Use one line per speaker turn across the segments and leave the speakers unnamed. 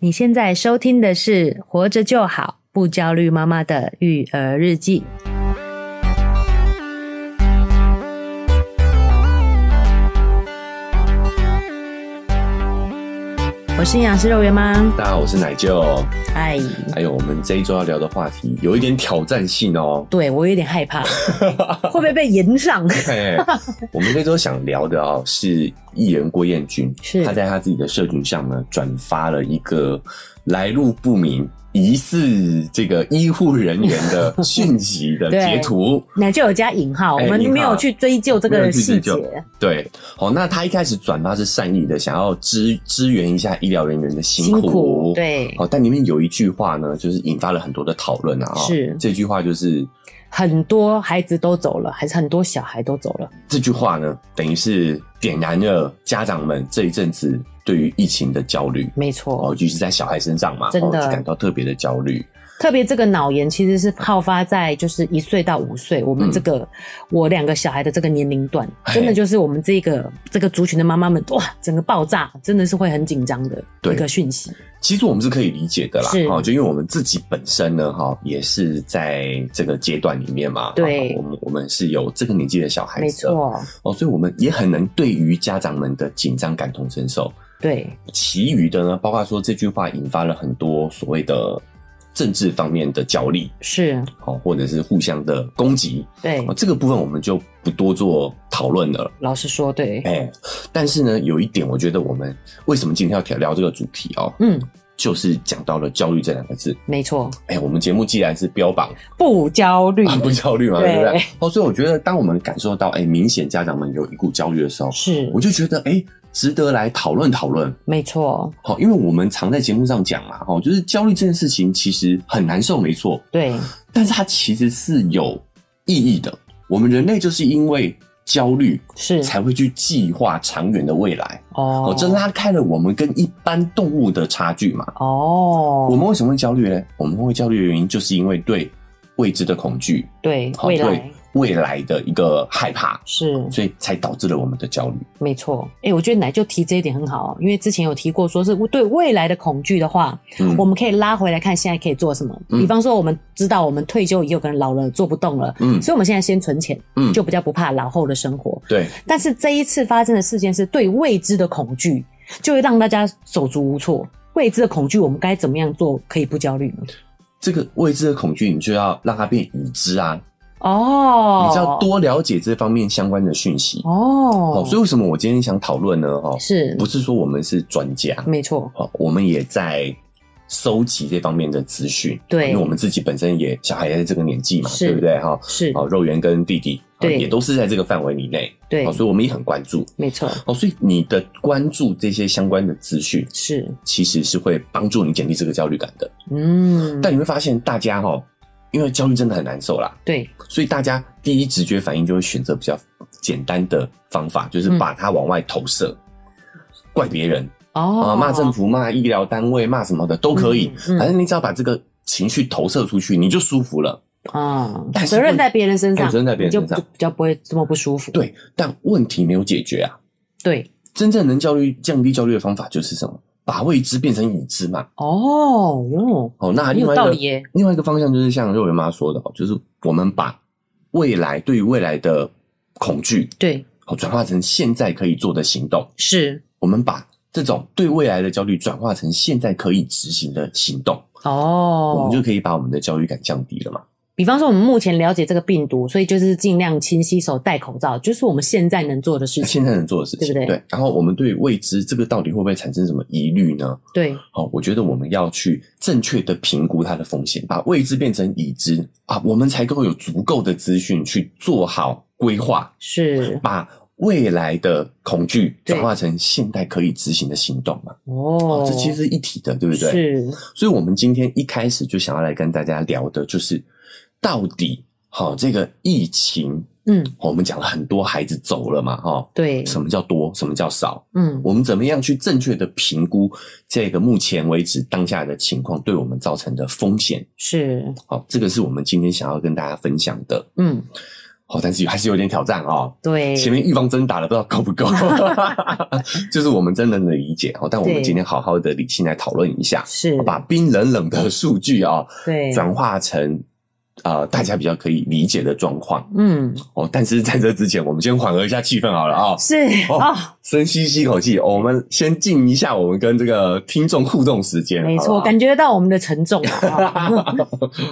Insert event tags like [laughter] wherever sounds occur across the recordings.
你现在收听的是《活着就好，不焦虑妈妈的育儿日记》。我是营养师肉圆妈，
大家好，我是奶舅。
哎，
还有我们这一周要聊的话题有一点挑战性哦。 [laughs]
对我有点害怕，会不会被延上？
嘿，我们这周想聊的哦，是艺人郭彦均，
是
他在他自己的社群上呢转发了一个来路不明、疑似这个医护人员的讯息的
对
截图。
奶就有加引号，
哎
我们
引号
没有去追究这
没
个
有去
细
追
节
究。对，好，那他一开始转发是善意的，想要支支援一下医疗人员的辛苦。。
对，
好，但里面有一句话呢，就是引发了很多的讨论啊、哦。
是
这句话就是
很多孩子都走了，还是很多小孩都走了。
这句话呢，等于是点燃了家长们这一阵子对于疫情的焦虑。
没
哦，
错，
尤其是在小孩身上嘛，
真的
哦就感到特别的焦虑。
特别这个脑炎其实是好发在就是一岁到五岁，我们
嗯
这个、我两个小孩的这个年龄段，
哎
真的就是我们这个这个族群的妈妈们，哇，整个爆炸，真的是会很紧张的
对
一个讯息。
其实我们是可以理解的啦
是，
哦，就因为我们自己本身呢，哈、也是在这个阶段里面嘛，
对
哦我们我们是有这个年纪的小孩
没
子的，
错，
哦，所以我们也很能对于家长们的紧张感同身受。
对，
其余的呢，包括说这句话引发了很多所谓的政治方面的角力，
是，
哦，或者是互相的攻击，
对
哦，，这个部分我们就不多做讨论了。
老实说，对，
哎、但是呢，有一点我觉得我们为什么今天要聊这个主题哦，
嗯，
就是讲到了焦虑这两个字。
没错，
哎、我们节目既然是标榜
不焦虑，
啊不焦虑
嗯
嘛，
对
对不对？哦，所以我觉得当我们感受到哎、明显家长们有一股焦虑的时候，
是
我就觉得哎、值得来讨论讨论。
没错，
好、因为我们常在节目上讲嘛，哦，就是焦虑这件事情其实很难受，没错，
对，
但是它其实是有意义的。我们人类就是因为焦虑
是
才会去计划长远的未来，
哦
哦，这拉开了我们跟一般动物的差距嘛。
哦，
我们为什么会焦虑呢？我们会焦虑的原因就是因为对未知的恐惧，
对
好
未来
哦对未来的一个害怕，
是
所以才导致了我们的焦虑。
没错，哎、我觉得奶就提这一点很好，哦因为之前有提过，说是对未来的恐惧的话，
嗯
我们可以拉回来看现在可以做什么。
嗯
比方说，我们知道我们退休以后可能老了做不动了，
嗯
所以我们现在先存钱，
嗯，
就比较不怕老后的生活。
对
但是这一次发生的事件是对未知的恐惧，就会让大家手足无措。未知的恐惧，我们该怎么样做可以不焦虑呢？
这个未知的恐惧，你就要让它变已知啊，
哦，
你就要多了解这方面相关的讯息。
哦
哦，，所以为什么我今天想讨论呢？哦，
是嗯
不是说我们是专家，
没错，
哦，我们也在收集这方面的资讯，
对
因为我们自己本身也小孩也在这个年纪嘛，
是
对不对？哈，
是
哦，肉圆跟弟弟，哦
对
也都是在这个范围以内，
对
哦，，所以我们也很关注。
没错，
哦，所以你的关注这些相关的资讯，
是，
其实是会帮助你减低这个焦虑感的。
嗯，
但你会发现，大家哈、哦，因为焦虑真的很难受啦，
对，
所以大家第一直觉反应就会选择比较简单的方法，就是
嗯
把它往外投射，怪别人。
哦，
啊，骂政府、骂医疗单位、骂什么的都可以，
嗯嗯
反正你只要把这个情绪投射出去，你就舒服了。
啊，
但是
责任在别人身上，
哎责任在别人身上
你就比较不会这么不舒服。
对，但问题没有解决啊！
对，
真正能焦虑、降低焦虑的方法就是什么？把未知变成已知嘛。
哦哟，
哦，那
很
另
有
外一
道
个
理耶。
另外一个方向就是像肉圆妈说的哦，就是我们把未来对于未来的恐惧，
对，
哦，转化成现在可以做的行动。
是
我们把这种对未来的焦虑转化成现在可以执行的行动，我
哦
们。就可以把我们的焦虑感降低了嘛。
比方说，我们目前了解这个病毒，所以就是尽量勤洗手、戴口罩，就是我们现在能做的事情。
现在能做的事情，
对不对
然后我们对未知这个到底会不会产生什么疑虑呢？
对，
好、我觉得我们要去正确的评估它的风险，把未知变成已知啊，我们才够有足够的资讯去做好规划，
是
把未来的恐惧
对
转化成现在可以执行的行动嘛。
哦
哦，这其实是一体的，对不对？
是
所以，我们今天一开始就想要来跟大家聊的就是，到底好、这个疫情，
嗯，
哦我们讲了很多孩子走了嘛，哈、
对，
什么叫多，什么叫少？
嗯，
我们怎么样去正确的评估这个目前为止当下的情况对我们造成的风险？
是，
好，这个是我们今天想要跟大家分享的。
嗯，
好，但是还是有点挑战哦。
对，
前面预防针打了，不知道够
[laughs]
不够，就是我们真的能理解哦。但我们
对
今天好好的理性来讨论一下，
是，
把冰冷冷的数据啊、
对，
转化成呃大家比较可以理解的状况
嗯，
哦。但是在这之前，我们先缓和一下气氛好了啊、
是
哦
哦，
深吸吸口气，哦我们先静一下我们跟这个听众互动时间。
没
好
错，
不好
感觉到我们的沉重了。
[laughs]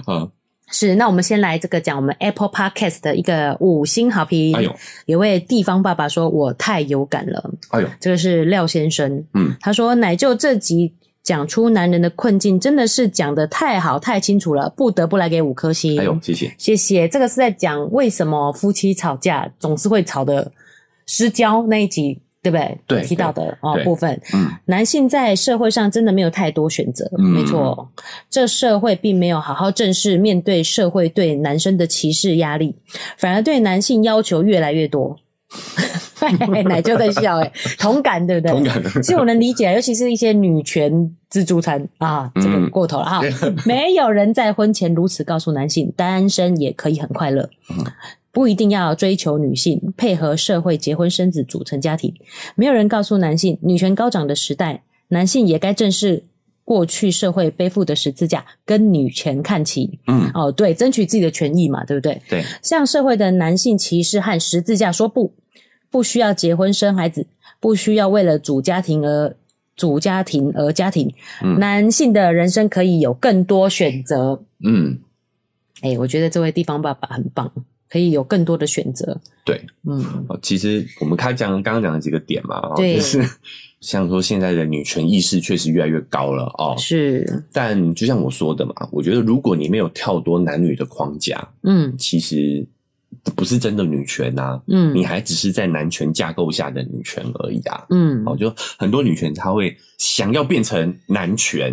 哦
嗯，
是，那我们先来这个讲我们 Apple Podcast 的一个五星好评。
[laughs] 哎呦，
有位地方爸爸说：“我太有感了。
哎呦，”
这个是廖先生，
嗯，
他说：“奶舅这集讲出男人的困境，真的是讲的太好太清楚了，不得不来给五颗星。”
哎呦，谢谢。
谢谢。这个是在讲为什么夫妻吵架总是会吵得失焦那一集，对不对？
对
提到的哦
对
部分，
嗯，
男性在社会上真的没有太多选择，
嗯
没错，这社会并没有好好正视面对社会对男生的歧视压力，反而对男性要求越来越多。 [laughs] 奶就在笑哎、同感对不对？
同感。
其实我能理解，尤其是一些女权自助餐啊，这个
嗯
过头了哈。没有人在婚前如此告诉男性，单身也可以很快乐
嗯，
不一定要追求女性，配合社会结婚生子组成家庭。没有人告诉男性，女权高涨的时代，男性也该正视过去社会背负的十字架，跟女权看齐。
[laughs] 嗯，
哦，对，争取自己的权益嘛，对不对？
对，
向社会的男性歧视和十字架说不，不需要结婚生孩子，不需要为了组家庭而组家庭而家庭，
嗯
男性的人生可以有更多选择。
嗯，
哎，我觉得这位地方爸爸很棒，可以有更多的选择。
对。
嗯，
哦，其实我们开讲刚刚讲的几个点嘛，哦，
对
就是像说现在的女权意识确实越来越高了哦。
是，
但就像我说的嘛，我觉得如果你没有跳脱男女的框架，
嗯
其实不是真的女权呐、
嗯
你还只是在男权架构下的女权而已啊。
嗯
哦，就很多女权她会想要变成男权，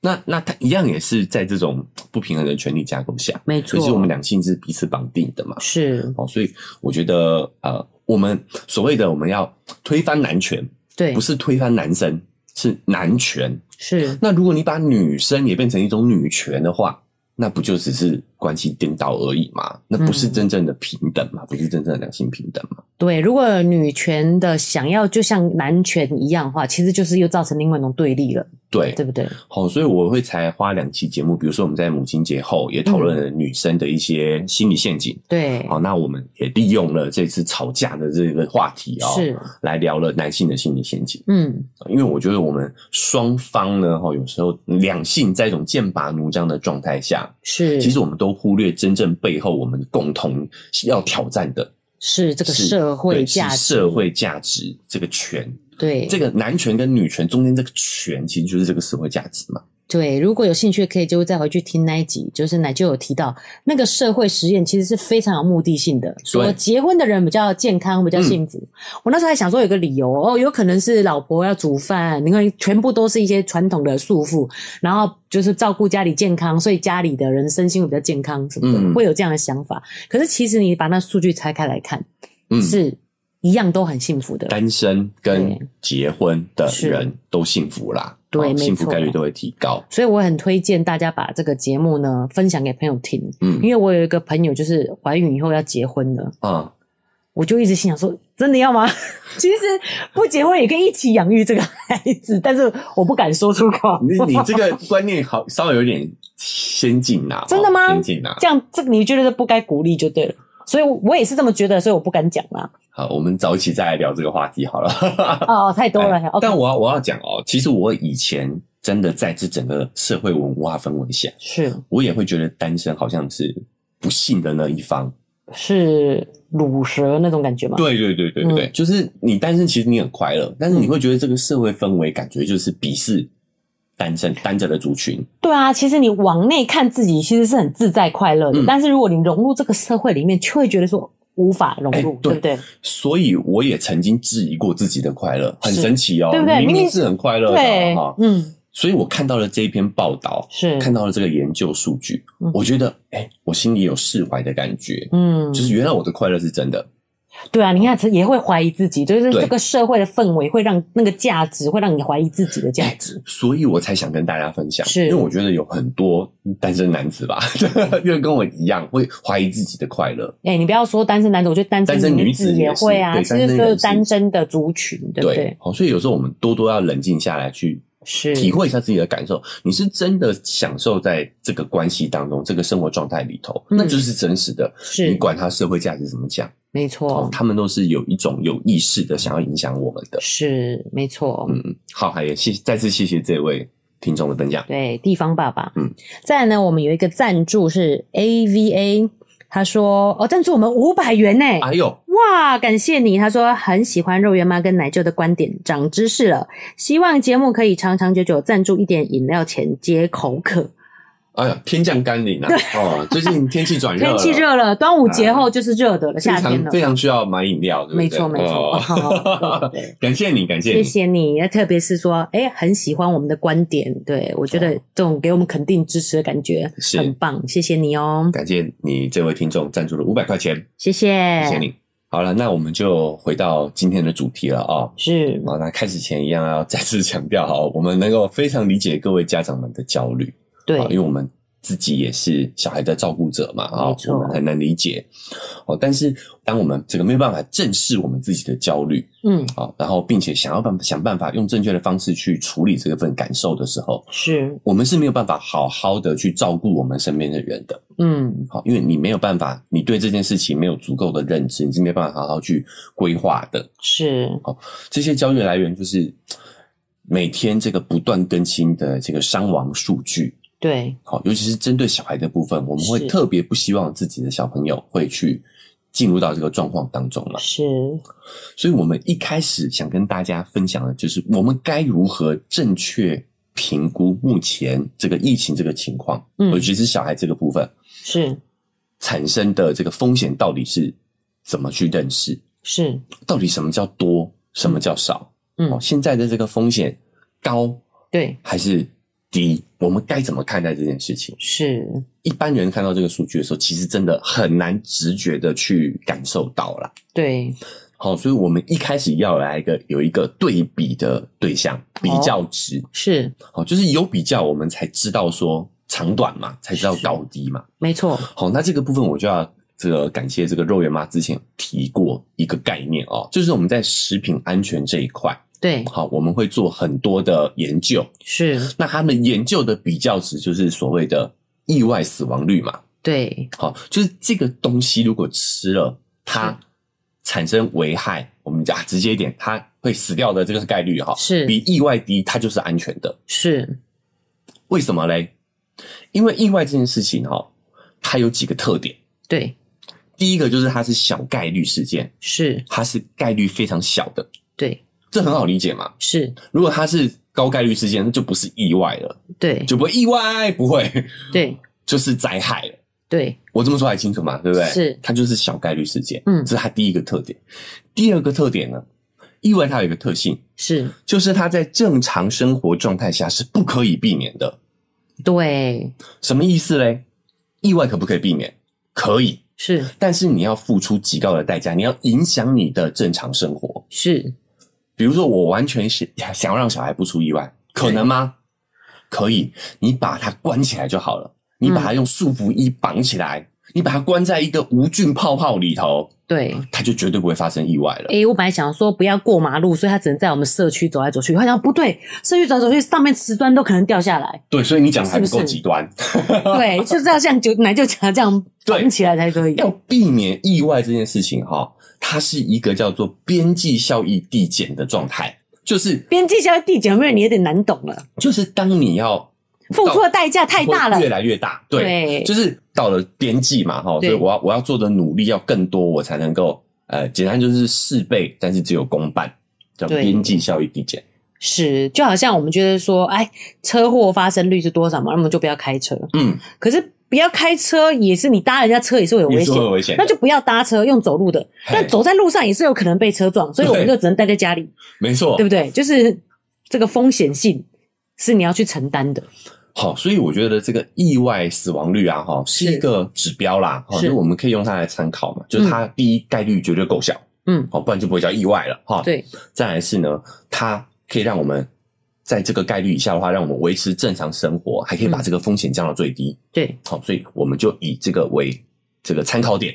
那那她一样也是在这种不平衡的权利架构下，
没
所以是我们
错，
两性是彼此绑定的嘛。
是
哦，所以我觉得呃，我们所谓的我们要推翻男权，
对
不，是推翻男生，是男权。
是
那如果你把女生也变成一种女权的话，那不就只是关系颠倒而已嘛？那不是
嗯
真正的平等嘛？不是真正的两性平等嘛？
对。如果女权的想要就像男权一样的话，其实就是又造成另外一种对立了，
对，
对不对？
好、哦所以我会才花两期节目，比如说我们在母亲节后也讨论了女生的一些心理陷阱。哦
对，
好、那我们也利用了这次吵架的这个话题哦，
是，
来聊了男性的心理陷阱。
嗯，
因为我觉得我们双方呢，哦哈，有时候两性在一种剑拔弩张的状态下，
是，
其实我们都忽略真正背后我们共同要挑战的
是这个
是
社会
对是
价值，
社会价值这个权，
对
这个男权跟女权中间这个权，其实就是这个社会价值嘛。
对，如果有兴趣，可以就再回去听那一集，就是奶就有提到那个社会实验其实是非常有目的性的，说结婚的人比较健康，
嗯
比较幸福。我那时候还想说有个理由哦，有可能是老婆要煮饭，你看全部都是一些传统的束缚，然后就是照顾家里健康，所以家里的人身心会比较健康什么的，
嗯
会有这样的想法。可是其实你把那数据拆开来看，
嗯，
是一样都很幸福的。
单身跟
对
结婚的
是
人都幸福啦，
对
哦
没
幸福
错
概率都会提高。
所以我很推荐大家把这个节目呢分享给朋友听，
嗯
因为我有一个朋友就是怀孕以后要结婚了，
啊、
我就一直心想说，真的要吗？ [laughs] 其实不结婚也可以一起养育这个孩子，但是我不敢说出口。
你你这个观念好，稍微有点先进呐、
[laughs] 真的吗
哦先进呐、
这样，这个你觉得不该鼓励就对了。所以我，我也是这么觉得，所以我不敢讲啦。
好，我们早一起再来聊这个话题好了。
[laughs] 哦，太多了。
哎
OK，
但我要我要讲哦，其实我以前真的在这整个社会文化氛围下，
是
我也会觉得单身好像是不幸的那一方。
是乳蛇那种感觉吗？，
对对对对对嗯对，
嗯
就是你单身，其实你很快乐，但是你会觉得这个社会氛围感觉就是鄙视单身单着的族群。
对啊。其实你往内看自己，其实是很自在快乐的，
嗯
但是如果你融入这个社会里面，却会觉得说无法融
哎
入，
对
对不对？
所以我也曾经质疑过自己的快乐，很
是
神奇哦，
对不对
明
明
明
明
是很快乐的
对
哈、哦。
嗯，
所以我看到了这一篇报道，
是，
看到了这个研究数据，
嗯
我觉得，哎、我心里有释怀的感觉，
嗯，
就是原来我的快乐是真的，
对啊，你看也会怀疑自己，就是
对
这个社会的氛围会让那个价值会让你怀疑自己的价
[laughs]
值。
所以我才想跟大家分享，
是
因为我觉得有很多单身男子吧， [laughs] 因为跟我一样会怀疑自己的快乐。
哎、你不要说单身男子，我觉得单
单身
女
女子
也
也是
会啊，
对
就
单身
是说
人士
单身的族群，对嗯不对？
好，哦所以有时候我们多多要冷静下来，去
是
体会一下自己的感受。你是真的享受在这个关系当中，这个生活状态里头，
嗯
那就是真实的。你
是，
管他社会价值怎么讲，
没
哦
错，，
他们都是有一种有意识的想要影响我们的。
是没错。
嗯，好，还有谢，再次谢谢这位听众的分享。
对，地方爸爸。嗯
嗯，
再来呢，我们有一个赞助是 AVA，他说哦，赞助我们五百元呢、
哎呦，
哇，感谢你！他说很喜欢肉圆妈跟奶舅的观点，长知识了。希望节目可以长长久久，赞助一点饮料钱解口渴。
哎呀，天降
[laughs]
甘霖啊！哦，最近天气转热
天
了，
气热了，端午节后就是热的了，
非
夏天
常
了
非。常需要买饮料，对不对？
没错没错哦
哦
对对
[laughs] 感谢你，感谢
谢
你。
谢你，那特别是说，哎，很喜欢我们的观点，对我觉得这种给我们肯定支持的感觉
是
很棒，谢谢你哦，
感谢你这位听众赞助了五百块钱，
谢谢，
谢谢你。好了，那我们就回到今天的主题了哦。
是
好，那开始前一样要再次强调哈， [laughs] 我们能够非常理解各位家长们的焦虑，
对
啊，因为我们自己也是小孩的照顾者嘛，啊、
没错
我们很难理解哦。但是当我们这个没有办法正视我们自己的焦虑
嗯，
啊、然后并且想要办想办法用正确的方式去处理这份感受的时候，
是，
我们是没有办法好好的去照顾我们身边的人的。
嗯，
好，因为你没有办法，你对这件事情没有足够的认知，你是没有办法好好去规划的。
是，
这些焦虑来源就是每天这个不断更新的这个伤亡数据。
对，
好，尤其是针对小孩的部分，我们会
是
特别不希望自己的小朋友会去进入到这个状况当中了。
是，
所以，我们一开始想跟大家分享的就是，我们该如何正确评估目前这个疫情这个情况，
嗯
尤其是小孩这个部分
是，
产生的这个风险到底是怎么去认识？
是，
到底什么叫多，什么叫少？
嗯
哦，现在的这个风险高
对，
还是低？我们该怎么看待这件事情？
是，
一般人看到这个数据的时候，其实真的很难直觉的去感受到啦。
对，
好，所以我们一开始要来一个有一个对比的对象，比较值。
是，
好，就是有比较，我们才知道说长短嘛，才知道高低嘛。
没错，
好，那这个部分我就要这个感谢这个肉圆妈之前有提过一个概念哦，就是我们在食品安全这一块，
对，
好，我们会做很多的研究。
是，
那他们研究的比较值就是所谓的意外死亡率嘛。
对，
好，就是这个东西如果吃了，它产生危害，我们讲、啊直接一点，它会死掉的这个概率哈，
是
比意外低，它就是安全的。
是，
为什么嘞？因为意外这件事情哈，它有几个特点。
对，
第一个就是它是小概率事件，
是，
它是概率非常小的，
对，
这很好理解嘛。
是，
如果它是高概率事件，那就不是意外了，
对，
就不会意外，不会， [laughs]
对，
就是灾害了。
对，
我这么说还清楚嘛？对不对？
是
它就是小概率事件，
嗯
这是它第一个特点。第二个特点呢，意外它有一个特性，
是，
就是它在正常生活状态下是不可以避免的。
对，
什么意思嘞？意外可不可以避免？可以，
是，
但是你要付出极高的代价，你要影响你的正常生活。
是，
比如说，我完全是 [laughs] 想要让小孩不出意外，可能吗？可以，你把它关起来就好了，你把它用束缚衣绑起来，你把它关在一个无菌泡泡里头，
对。
它就绝对不会发生意外了。
诶、我本来想说不要过马路，所以他只能在我们社区走来走去。他想不对，社区走来走去，上面瓷砖都可能掉下
[laughs]
来。
对，所以你讲的还不
是
够
不是
极端， [laughs]
对，就是要像九奶就讲这样
对
绑起来才可以。
要避免意外这件事情哈、它是一个叫做边际效益递减的状态，就是
边际效益递减，妹你有点难懂了，
就是当你要
付出的代价太大了
会。越来越大，对，
对
就是到了边际嘛，哈，所
对
以我要我要做的努力要更多，我才能够呃，简单就是事倍，但是只有功半，叫
对
边际效益递减，
是，就好像我们觉得说，哎，车祸发生率是多少嘛，那么就不要开车。
嗯，
可是不要开车也是你搭人家车也是会有危
也是
险
会，有危险的，
那就不要搭车，用走路的。
嘿
但走在路上也是有可能被车撞，所以我们
对哦
就只能待在家里，
没错
对，不对？就是这个风险性是你要去承担的。
好，所以我觉得这个意外死亡率啊，哈，是
是
一个指标啦，哈，
是
就我们可以用它来参考嘛，就是它第一概率绝对够小，
嗯，
哦，不然就不会叫意外了哈。，
对，
再来是呢，它可以让我们在这个概率以下的话，让我们维持正常生活，还可
嗯
以把这个风险降到最低。
对，
好、所以我们就以这个为这个参考点。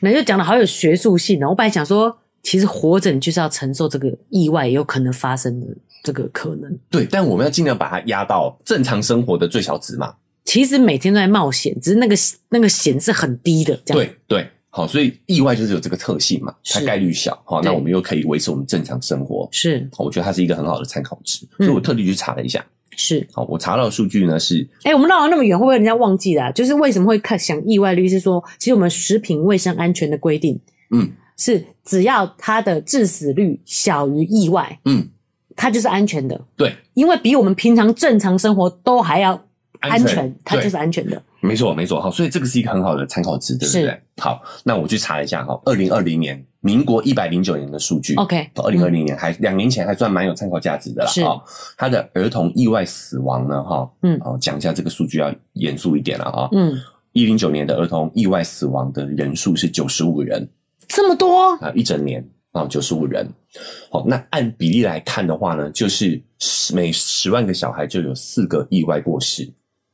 那就讲的好有学术性哦呢。我本来想说，其实活着你就是要承受这个意外也有可能发生的这个可能。
对，但我们要尽量把它压到正常生活的最小值嘛。
其实每天都在冒险，只是那个那个险是很低的，这样。
对对，好，所以意外就是有这个特性嘛，它
是
概率小，好，
对
那我们又可以维持我们正常生活。
是
好我觉得它是一个很好的参考值，所以
嗯
我特地去查了一下。
是，
好，我查到的数据呢是
哎、我们绕了那么远，会不会人家忘记了啊、就是为什么会看想意外率是说，其实我们食品卫生安全的规定，
嗯，
是只要它的致死率小于意外，
嗯，
它就是安全的，
对，
因为比我们平常正常生活都还要安全，它
对
就是安全的。
没错，没错，好，所以这个是一个很好的参考值，对不对
是？
好，那我去查了一下哈，二零二零年，民国一百零九年的数据
OK，
二零二零年还两年前还算蛮有参考价值的啦
嗯是。
哦，他的儿童意外死亡呢，哈，
嗯
哦，讲一下这个数据要严肃一点了啊。
嗯，
一零九年的儿童意外死亡的人数是九十五人
这么多，
啊，一整年啊，九十五人。好、那按比例来看的话呢，就是十每十万个小孩就有四个意外过世。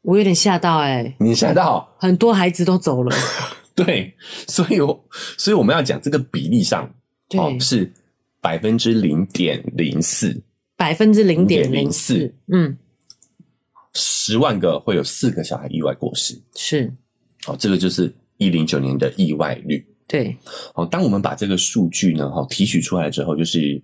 我有点吓到哎、
你想到？
很多孩子都走了，
对，所以我所以我们要讲这个比例上，哦
对，
是百分之零点零四，
百分之零点零
0.04
四，嗯，
十万个会有四个小孩意外过世。
是
好、这个就是一零九年的意外率。
对，
好、当我们把这个数据呢，好、提取出来之后，就是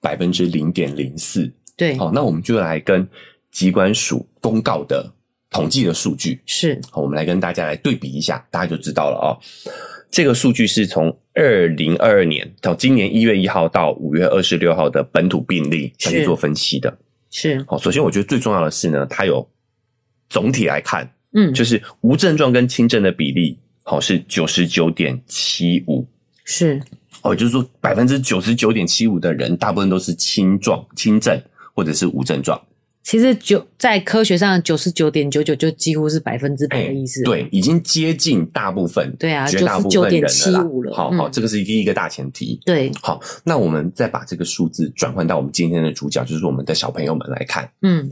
百分之零点零四。
对，
好，那我们就来跟机关署公告的统计的数据，
是，
好，我们来跟大家来对比一下，大家就知道了哦。这个数据是从二零二二年到今年一月一号到五月二十六号的本土病例下去
是
做分析的。
是，
好，首先我觉得最重要的是呢，它有总体来看，
嗯，
就是无症状跟轻症的比例，好是九十九点七五。
是
哦，也就是说百分之九十九点七五的人，大部分都是轻状、轻症或者是无症状。
其实九在科学上九十九点九九就几乎是百分之百的意思。
哎对，已经接近大部分，
对啊
绝大部分人啦
99.75了
好好，
嗯
这个是第一个大前提。
对，
好，那我们再把这个数字转换到我们今天的主角，就是我们的小朋友们来看，
嗯，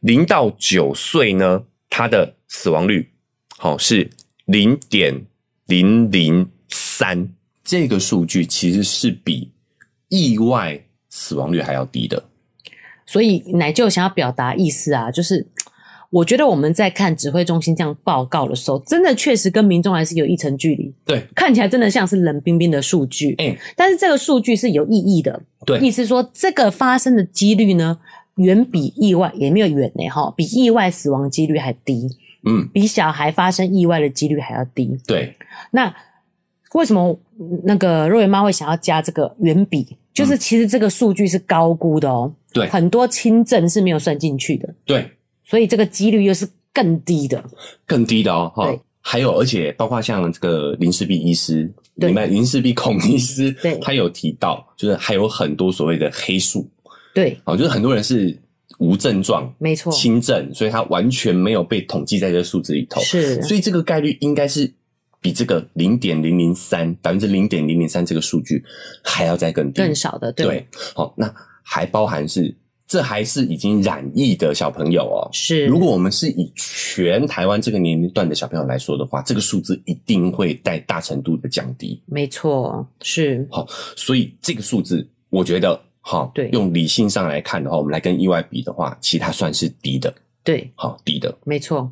零到九岁呢，他的死亡率好是零点零零三，这个数据其实是比意外死亡率还要低的。
所以奶舅想要表达意思啊，就是我觉得我们在看指挥中心这样报告的时候，真的确实跟民众还是有一层距离，
对，
看起来真的像是冷冰冰的数据，
哎、
但是这个数据是有意义的，
对
意思说这个发生的几率呢，远比意外也没有远呢，哈，比意外死亡几率还低，
嗯，
比小孩发生意外的几率还要低，
对，
那为什么嗯那个若元妈会想要加这个远比？就是其实这个数据是高估的哦，
嗯对
很多轻症是没有算进去的，
对，
所以这个几率又是更低的。
更低的哦，哈
对。
还有，而且包括像这个林世璧医师，
对
你们林世璧孔医师，
对
他有提到，就是还有很多所谓的黑数，
对，
哦，就是很多人是无症状、
没错，
轻症，所以他完全没有被统计在这个数字里头，
是
所以这个概率应该是比这个零点零零三百分之零点零零三这个数据还要再更低，
更少的。对，
对，好、那还包含是这还是已经染疫的小朋友哦，
是。
如果我们是以全台湾这个年龄段的小朋友来说的话，这个数字一定会在大程度的降低。
没错，是
所以这个数字，我觉得哈，
对
用理性上来看的话，我们来跟意外比的话，其实它算是低的，
对，
好低的。
没错，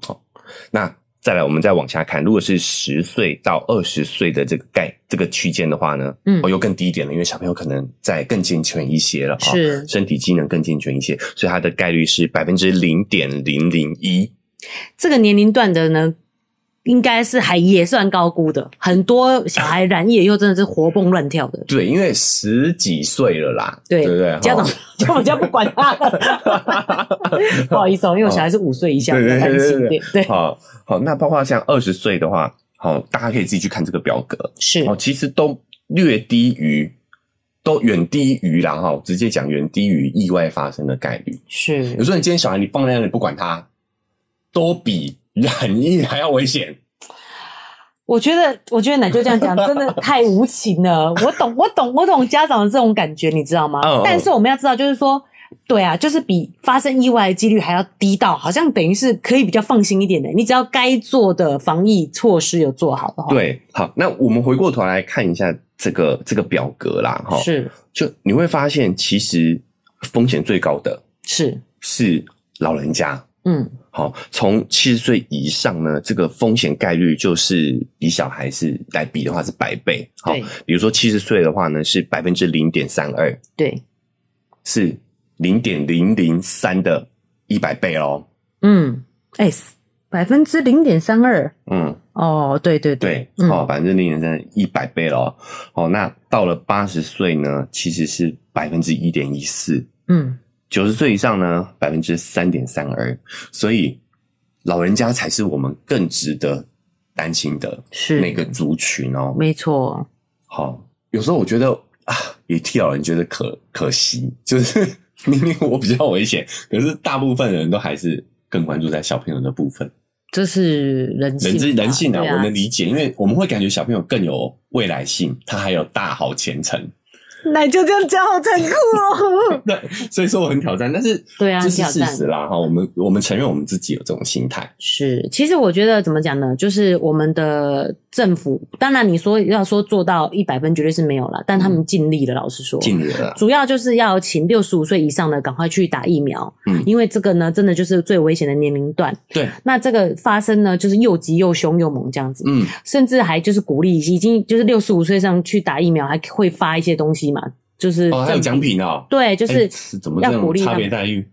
那再来，我们再往下看，如果是十岁到二十岁的这个概这个区间的话呢，
嗯
哦，又更低一点了，因为小朋友可能在更健全一些了，哈
是
身体机能更健全一些，所以它的概率是百分之零点零零一。
这个年龄段的呢，应该是还也算高估的。很多小孩染疫以后真的是活蹦乱跳的，
对，因为十几岁了啦，
对
对不对？
家长
哈
[laughs] 家长就不管他了。 [laughs] 不好意思哦，因为我小孩是五岁以下，
哦对
比较
对
担
对
心
对
点。对，
[laughs] 好好，那包括像二十岁的话，好，大家可以自己去看这个表格
是
哦，其实都略低于，都远低于啦哈，直接讲远低于意外发生的概率。
是
有，时候你今天小孩你放在 [laughs] 那里不管他，都比染疫还要危险。
我觉得，我觉得奶就这样讲，真的太无情了。 [laughs] 我懂，我懂，我懂家长的这种感觉，你知道吗？
嗯嗯
但是我们要知道，就是说，对啊，就是比发生意外的几率还要低到，好像等于是可以比较放心一点的。你只要该做的防疫措施有做好的话，，
对，好，那我们回过头来看一下这个这个表格啦，哈，
是
就你会发现，其实风险最高的
是，
是老人家。
嗯，
好，从七十岁以上呢，这个风险概率就是比小孩是来比的话是百倍。好
对，
比如说七十岁的话呢，是百分之零点三二，
对，
是零点零零三的一百倍哦。
嗯，哎，百分之零点三二，
嗯，
哦，对对
对，
嗯
哦，百分之零点三一百倍咯。哦，那到了八十岁呢，其实是百分之一点一四，
嗯，
九十岁以上呢，百分之三点三二。所以老人家才是我们更值得担心的
是
那个族群哦。
没错，
好、有时候我觉得啊，也替老人觉得可可惜，就是 [laughs] 明明我比较危险，可是大部分人都还是更关注在小朋友的部分。
这是人性
人
吧，
之人性啊，
对
我能理解，因为我们会感觉小朋友更有未来性，他还有大好前程。 [laughs]
奶就这样讲，好残酷哦。
对，所以说我很挑战，但是
[laughs] 对啊
这是
很
事
挑战
实啦。哈，我们我们承认我们自己有这种心态，
是，其实我觉得怎么讲呢？就是我们的政府，当然你说要说做到一百分绝对是没有啦，但他们尽力了。老实说，
嗯尽力了啦。
主要就是要请六十五岁以上的赶快去打疫苗，
嗯
因为这个呢，真的就是最危险的年龄段。
对，
那这个发生呢，就是又急又凶又猛这样子，
嗯，
甚至还就是鼓励已经就是六十五岁以上去打疫苗，还会发一些东西嘛，就是
哦，还有
政
奖品哦，
对，就
就是怎么这
要鼓
种
励他
差
们
别待遇？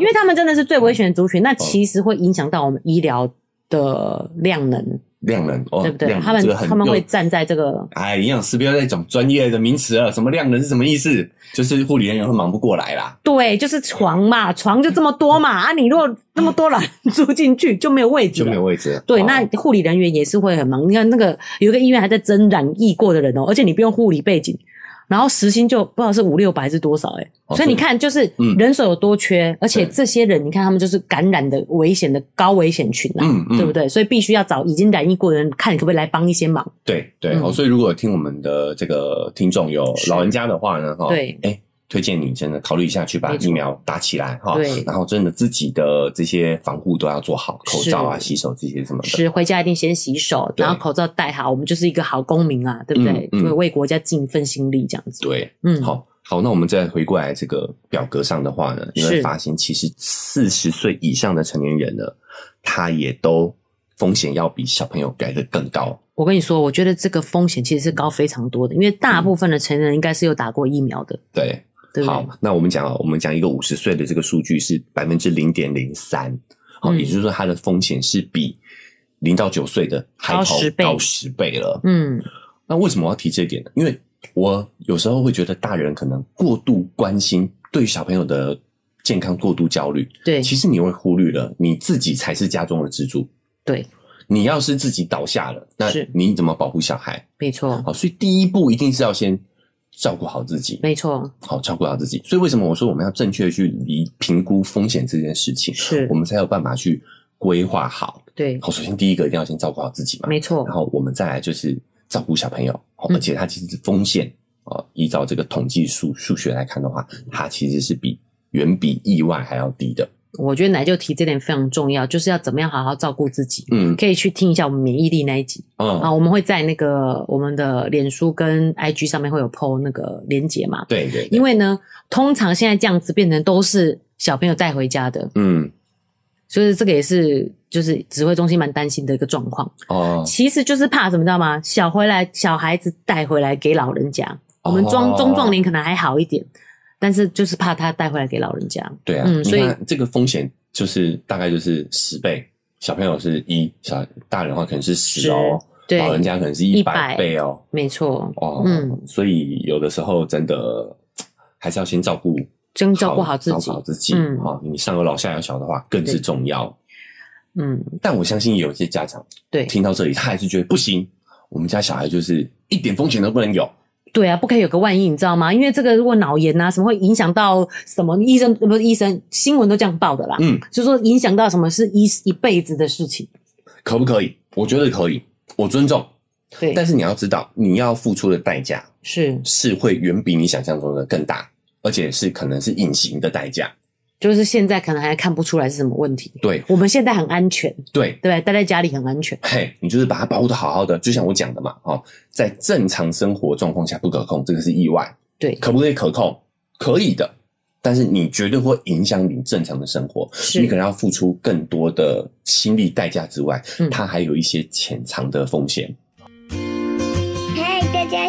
因为他们真的是最危险的族群，
哦
那其实会影响到我们医疗的量能，
量能哦，
对不对？
量能
他们
这个很
他们会
又
站在这个
哎，营养师不要再讲专业的名词了，什么量能是什么意思？就是护理人员会忙不过来啦。
对，就是床嘛，床就这么多嘛啊！你如果那么多人住进去，就没有位置
就没有
了。
位置了。
对，
哦
那护理人员也是会很忙。你看那个有一个医院还在征染疫过的人哦，而且你不用护理背景，然后时薪就不知道是五六百还是多少哎、
哦
所以你看就是
嗯
人手有多缺，而且
对
这些人你看他们就是感染的危险的高危险群啊，
嗯嗯
对不对？所以必须要找已经染疫过的人，看可不可以来帮一些忙。
对对、
嗯
哦，所以如果有听我们的这个听众有
是
老人家的话呢，哈，
对
哎、推荐你真的考虑一下去把
没错
疫苗打起来哈，
对
然后真的自己的这些防护都要做好，口罩啊、
是
洗手这些什么的，
是回家一定先洗手，
对
然后口罩戴好，我们就是一个好公民啊，对不对？
嗯嗯
为为国家尽一份心力这样子。
对，
嗯，
好。好，那我们再回过来这个表格上的话呢，你会
是
发现其实四十岁以上的成年人呢，他也都风险要比小朋友来的更高。
我跟你说，我觉得这个风险其实是高非常多的，因为大部分的成人应该是有打过疫苗的，
对，
对不
好
对？，
那我们讲，哦我们讲一个五十岁的这个数据是百分之零点零三，好，
嗯
也就是说它的风险是比零到九岁的还
高
高
10倍
高十倍了。
嗯，
那为什么我要提这一点呢？因为我有时候会觉得大人可能过度关心对小朋友的健康过度焦虑，
对
其实你会忽略了你自己才是家中的支柱。
对，
你要是自己倒下了，那
是
你怎么保护小孩？哦
没错，
好，所以第一步一定是要先照顾好自己。
没错，
好照顾好自己。所以为什么我说我们要正确地去理评估风险这件事情，
是
我们才有办法去规划好。
对，
好，首先第一个一定要先照顾好自己嘛，
没错
然，后我们再来就是照顾小朋友，好
嗯
而且它其实是风险哦，依照这个统计数数学来看的话，它其实是比远比意外还要低的。
我觉得奶就提这点非常重要，就是要怎么样好好照顾自己。
嗯
可以去听一下我们免疫力那一集啊，
嗯，
我们会在那个我们的脸书跟 IG 上面会有 PO 那个连结嘛，
对对，对
因为呢，通常现在这样子变成都是小朋友带回家的，
嗯
所以这个也是就是指挥中心蛮担心的一个状况。
哦，
其实就是怕什么，知道吗？小回来小孩子带回来给老人家，我们中
哦
中壮年可能还好一点，但是就是怕他带回来给老人家。
对啊，
嗯
你
所以
看这个风险就是大概就是十倍，小朋友是一，小大人的话可能是十哦，
对
老人家可能是一百
100
倍哦，
没错，
哦，
嗯
所以有的时候真的还是要先照顾，
真照顾好自己
照顾好自己，
嗯
哦，你上有老下有小的话更是重要。
嗯，
但我相信有些家长
对
听到这里，他还是觉得不行，我们家小孩就是一点风险都不能有，
对啊，不可以有个万一，你知道吗？因为这个如果脑炎啊什么会影响到什么医生呃不是医生新闻都这样报的啦，
嗯，
就说影响到什么是一一辈子的事情。
可不可以？我觉得可以。我尊重，
对，
但是你要知道，你要付出的代价
是
是会远比你想象中的更大，而且是可能是隐形的代价。
就是现在可能还看不出来是什么问题。
对
我们现在很安全，
对，
对不对？待在家里很安全，
嘿，你就是把它保护的好好的，就像我讲的嘛，哦，在正常生活状况下不可控，这个是意外，
对，
可不可以可控？可以的，但是你绝对会影响你正常的生活，
是
你可能要付出更多的心力代价之外，
嗯
它还有一些潜藏的风险。
嗨，大家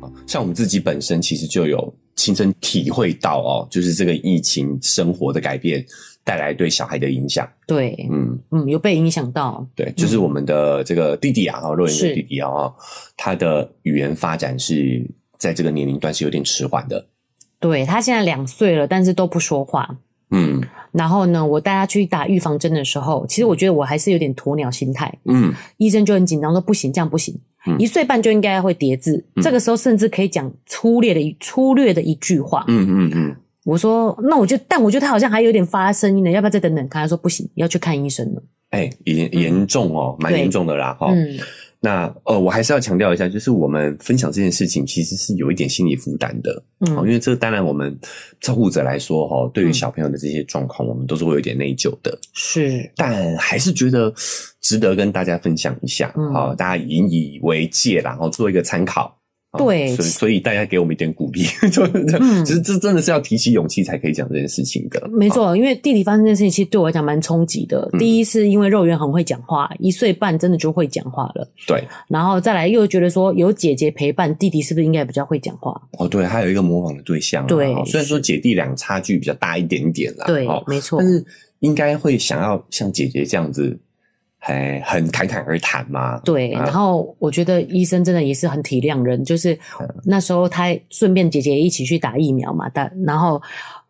啊像我们自己本身其实就有亲身体会到哦，就是这个疫情生活的改变带来对小孩的影响。
对，
嗯，
嗯，有被影响到，
对，就是我们的这个弟弟啊，哈，若云
嗯是
的弟弟啊，哦他的语言发展是在这个年龄段是有点迟缓的。
对他现在两岁了，但是都不说话。
嗯
然后呢，我带他去打预防针的时候，其实我觉得我还是有点鸵鸟心态，
嗯，
医生就很紧张说不行，这样不行，
嗯
一岁半就应该会叠字，
嗯
这个时候甚至可以讲粗略的一粗略的一句话。
嗯嗯嗯，
我说那我就，但我觉得他好像还有点发声音呢，要不要再等等看？他说不行，要去看医生了。
哎、严严重哦，
嗯
蛮
对
严重的啦，哈、
嗯，
那呃，我还是要强调一下，就是我们分享这件事情其实是有一点心理负担的，哦，因
嗯，
为这当然我们照顾者来说，哈，对于
嗯
小朋友的这些状况，我们都是会有点内疚的，
是，
但还是觉得值得跟大家分享一下，
嗯
好、大家引以为戒啦，然后做一个参考。哦
对
所以所以大家给我们一点鼓励， [laughs] 就是这
嗯
其实这真的是要提起勇气才可以讲这件事情的。
没错，因为弟弟发生这件事情，其实对我来讲蛮冲击的。
哦嗯
第一是因为肉圆很会讲话，一岁半真的就会讲话了，
对，
然后再来又觉得说有姐姐陪伴，弟弟是不是应该比较会讲话？
哦对，还有一个模仿的对象啊、
对
哦虽然说姐弟俩差距比较大一点点啦，
对
哦，
没错
但，是应该会想要像姐姐这样子，还很侃侃而谈嘛。
对。
啊
然后我觉得医生真的也是很体谅人，就是
嗯
那时候他顺便姐姐一起去打疫苗嘛，打然后。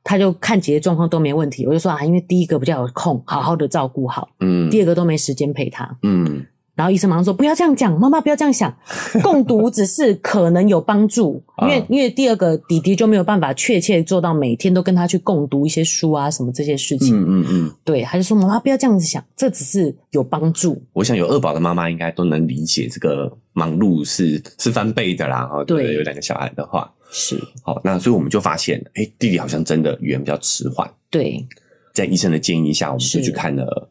他就看姐姐状况都没问题，我就说啊，因为第一个比较有空，好好的照顾好；
嗯
第二个都没时间陪他。
嗯，
然后医生马上说：“不要这样讲，妈妈不要这样想， [laughs] 共读只是可能有帮助，因为
啊
因为第二个弟弟就没有办法确切做到每天都跟他去共读一些书啊什么这些事情。
嗯嗯嗯，
对，他就说妈妈不要这样子想，这只是有帮助。
我想有二宝的妈妈应该都能理解这个忙碌是是翻倍的啦。哦，对不对，
对
有两个小孩的话，
是
好，那所以我们就发现，哎，弟弟好像真的语言比较迟缓，
对
在医生的建议下，我们就是去看了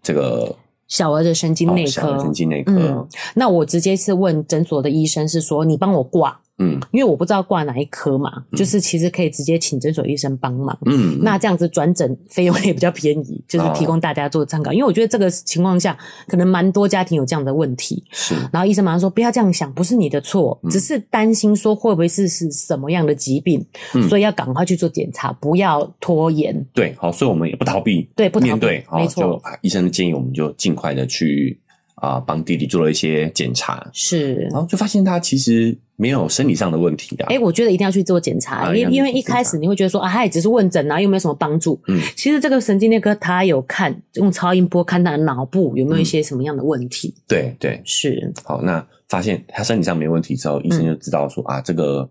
这个
小儿的神经
哦
内
小儿
科
神。经内科
嗯，那我直接是问诊所的医生，是说你帮我挂，
嗯
因为我不知道挂哪一科嘛，就是其实可以直接请诊所医生帮忙。
嗯，
那这样子转诊费用也比较便宜，
哦
就是提供大家做参考。因为我觉得这个情况下，可能蛮多家庭有这样的问题。
是
然后医生马上说：“不要这样想，不是你的错，
嗯
只是担心说会不会是是什么样的疾病，
嗯
所以要赶快去做检查，不要拖延。
对，好，所以我们也不逃避，
对不逃避
面对，好
没错
就啊医生的建议，我们就尽快的去啊帮、弟弟做了一些检查”，
是
然，后就发现他其实没有生理上的问题啊。
哎、我觉得一定要去做检查，
啊
因为因为
一定要去做
一开始你会觉得说啊，他也只是问诊啊，又没有什么帮助。
嗯
其实这个神经内科他有看用超音波看他的脑部有没
嗯
有一些什么样的问题，
对对，
是
好，那发现他身体上没问题之后，医生
嗯
就知道说、啊，这个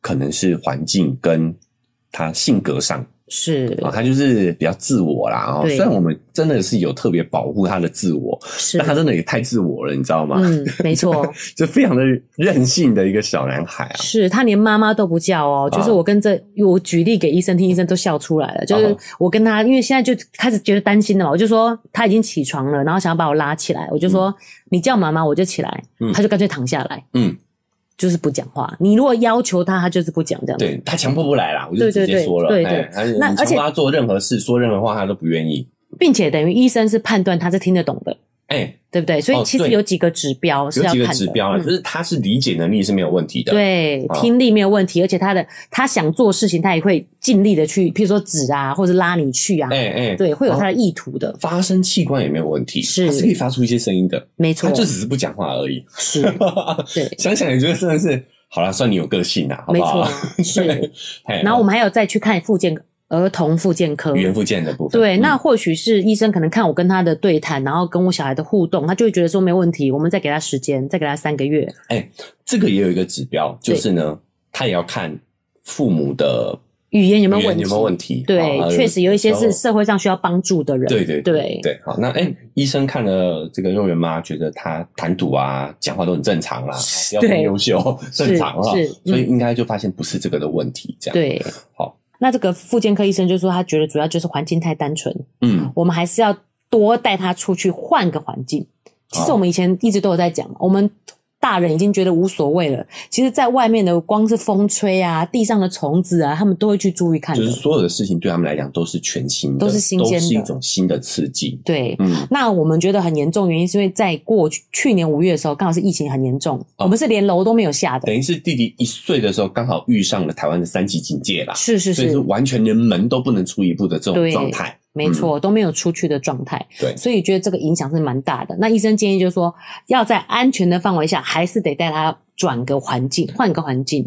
可能是环境跟他性格上
是
啊，他就是比较自我啦。哦，
对
虽然我们真的是有特别保护他的自我，
是
但，他真的也太自我了，你知道吗？
嗯，没错。
[laughs] 就非常的任性的一个小男孩啊。
是他连妈妈都不叫哦，
啊
就是我跟这、我举例给医生听，医生都笑出来了。就是
啊
我跟他，因为现在就开始觉得担心了嘛，我就说他已经起床了，然后想要把我拉起来，我就说、你叫妈妈，我就起来，
嗯
他就干脆躺下来，
嗯，
就是不讲话。你如果要求他，他就是不讲这样子。
对他强迫不来啦，我就
对对
直接说了，
对对
哎他是
那
你
而
强
且
迫他做任何事、说任何话，他都不愿意。
并且等于医生是判断他是听得懂的，
哎，
对不对？所以
哦
其实
对
有几个指标是
有
要
几
看
个
的，
指标啊，
嗯
就是他是理解能力是没有问题的，，
对，
啊
听力没有问题，而且他的他想做事情，他也会尽力的去，譬如说指啊，或者拉你去啊，
哎哎，
对，会有他的意图的，
发声器官也没有问题，
是
它是可以发出一些声音的，
没错
他，就只是不讲话而已。，
是，对
想想也觉得真的是，好啦，算你有个性啦， [laughs] 好哎
没
不好
错？，
[laughs]
是。
嘿
然后我们还有再去看附件儿童附件科，
语言附件的部分，
对，
嗯
那或许是医生可能看我跟他的对谈，然后跟我小孩的互动，他就会觉得说没问题，我们再给他时间，再给他三个月。
这个也有一个指标，
对
就是呢，他也要看父母的
语言有没
语
有问题？
言有没有问题。
对，
啊
确实有一些
时
是
候
社会上需要帮助的人。
对对
对
对，好，那哎、医生看了这个肉圆妈，觉得她谈吐啊、讲话都很正常啦，要
对
很优秀，正常哈，
是嗯
所以应该就发现不是这个的问题，这样，
对
好，
那这个复健科医生就说，他觉得主要就是环境太单纯，
嗯，
我们还是要多带他出去换个环境。其实
好
我们以前一直都有在讲，我们大人已经觉得无所谓了，其实在外面的光是风吹啊、地上的虫子啊，他们都会去注意看
就
的
是。所有的事情对他们来讲都是全新的，
都是新鲜的
都是一种新的刺激，
对，
嗯，
那我们觉得很严重，原因是因为在过去去年五月的时候，刚好是疫情很严重，
哦
我们是连楼都没有下的
等。于是弟弟一岁的时候刚好遇上了台湾的三级警戒啦，
是是
所以嗯是
是，
完全连门都不能出一步的这种
对
状态，
没错，都没有出去的状态，
对
所以觉得这个影响是蛮大的。那医生建议就是说，要在安全的范围下，还是得带他转个环境，换个环境。